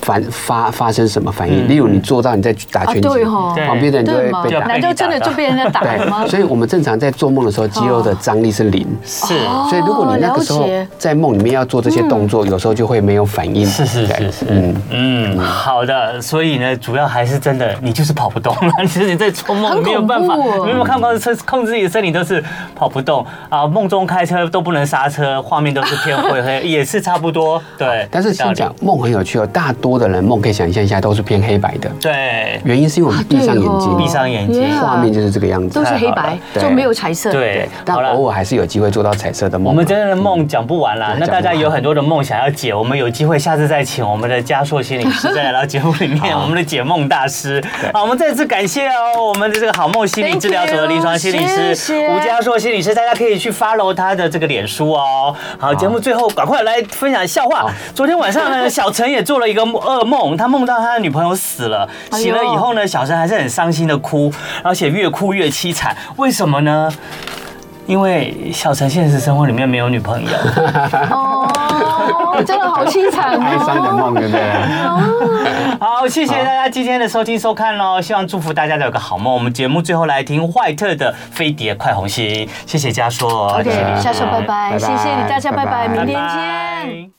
Speaker 4: 反发发生什么反应。
Speaker 3: 嗯
Speaker 4: 例如你做到你在打
Speaker 2: 啊
Speaker 4: 拳击，
Speaker 2: 对吼对
Speaker 4: 旁边的人就
Speaker 2: 对
Speaker 4: 会
Speaker 2: 吗
Speaker 4: 被
Speaker 3: 就？
Speaker 4: 打。
Speaker 2: 难道真的就被人家打了吗
Speaker 4: 对，？所以我们正常在做梦的时候，肌肉的张力是零。
Speaker 3: 是
Speaker 2: 哦
Speaker 4: 所以如果你那个时候
Speaker 2: 了解嗯
Speaker 4: 在梦里面要做这些动作，有时候就会没有反应。
Speaker 3: 是是
Speaker 4: 对
Speaker 3: 是是，嗯嗯，好的，所以呢，主要还是真的，你就是跑不动了， 其实你在做梦
Speaker 2: 很
Speaker 3: 没有办法，
Speaker 2: 恐怖哦
Speaker 3: 你有没有看过车控制自己的身体都是跑不动啊，梦中开车都不能刹车，画面都是偏灰 黑，也是差不多，对。
Speaker 4: 但是
Speaker 3: 道
Speaker 4: 先
Speaker 3: 理
Speaker 4: 讲梦很有趣哦，大多的人梦可以想象一下都是偏黑白的，
Speaker 3: 对
Speaker 4: 原因是因为我啊哦们闭上眼睛，
Speaker 3: 闭上眼睛
Speaker 2: 对哦
Speaker 4: 画面
Speaker 2: Yeah
Speaker 4: 就是这个样子
Speaker 2: 都。是黑白，
Speaker 4: 对
Speaker 2: 就没有彩色。
Speaker 3: 对，
Speaker 4: 但
Speaker 3: 好了。
Speaker 4: 偶尔还是有机会做到彩色的梦。啊
Speaker 3: 我们真正的梦讲不完啦，
Speaker 4: 对
Speaker 3: 那大
Speaker 4: 讲不
Speaker 3: 家
Speaker 4: 完
Speaker 3: 有很多的梦想要解，我们有机会下次再请我们的嘉硕心理师再来到节目里 面，我们的解梦大师。好，我们再次感谢哦，我们的这个好梦心理
Speaker 2: Thank
Speaker 3: 治疗所的临床心理
Speaker 2: you，
Speaker 3: 师
Speaker 2: 谢谢
Speaker 3: 吴嘉硕心理师，大家可以去 follow 他的这个脸书哦。
Speaker 2: 啊
Speaker 3: 好，节目最后赶快来分享笑话。昨天晚 上呢，小陈也做了一个噩梦，他梦到他的女朋友死了，
Speaker 2: 哎呦
Speaker 3: 醒了以后呢，小陈还是很伤心的哭，而且越哭越凄惨，为什么呢？因为小陈现实生活里面没有女 朋友，
Speaker 2: 哦， 真的好凄惨
Speaker 4: 哀伤的
Speaker 2: 哦。
Speaker 4: 梦，对不 对？
Speaker 3: 好，谢谢大家今天的收听收看喽，希望祝福大家都有个好梦。我们节目最后来听坏特的《飞碟快红心》，谢谢家硕
Speaker 2: OK，下次拜拜，
Speaker 4: 拜拜
Speaker 2: 谢谢你大家，拜拜，
Speaker 4: 拜拜
Speaker 2: 明
Speaker 3: 拜
Speaker 2: 天
Speaker 3: 拜
Speaker 2: 见。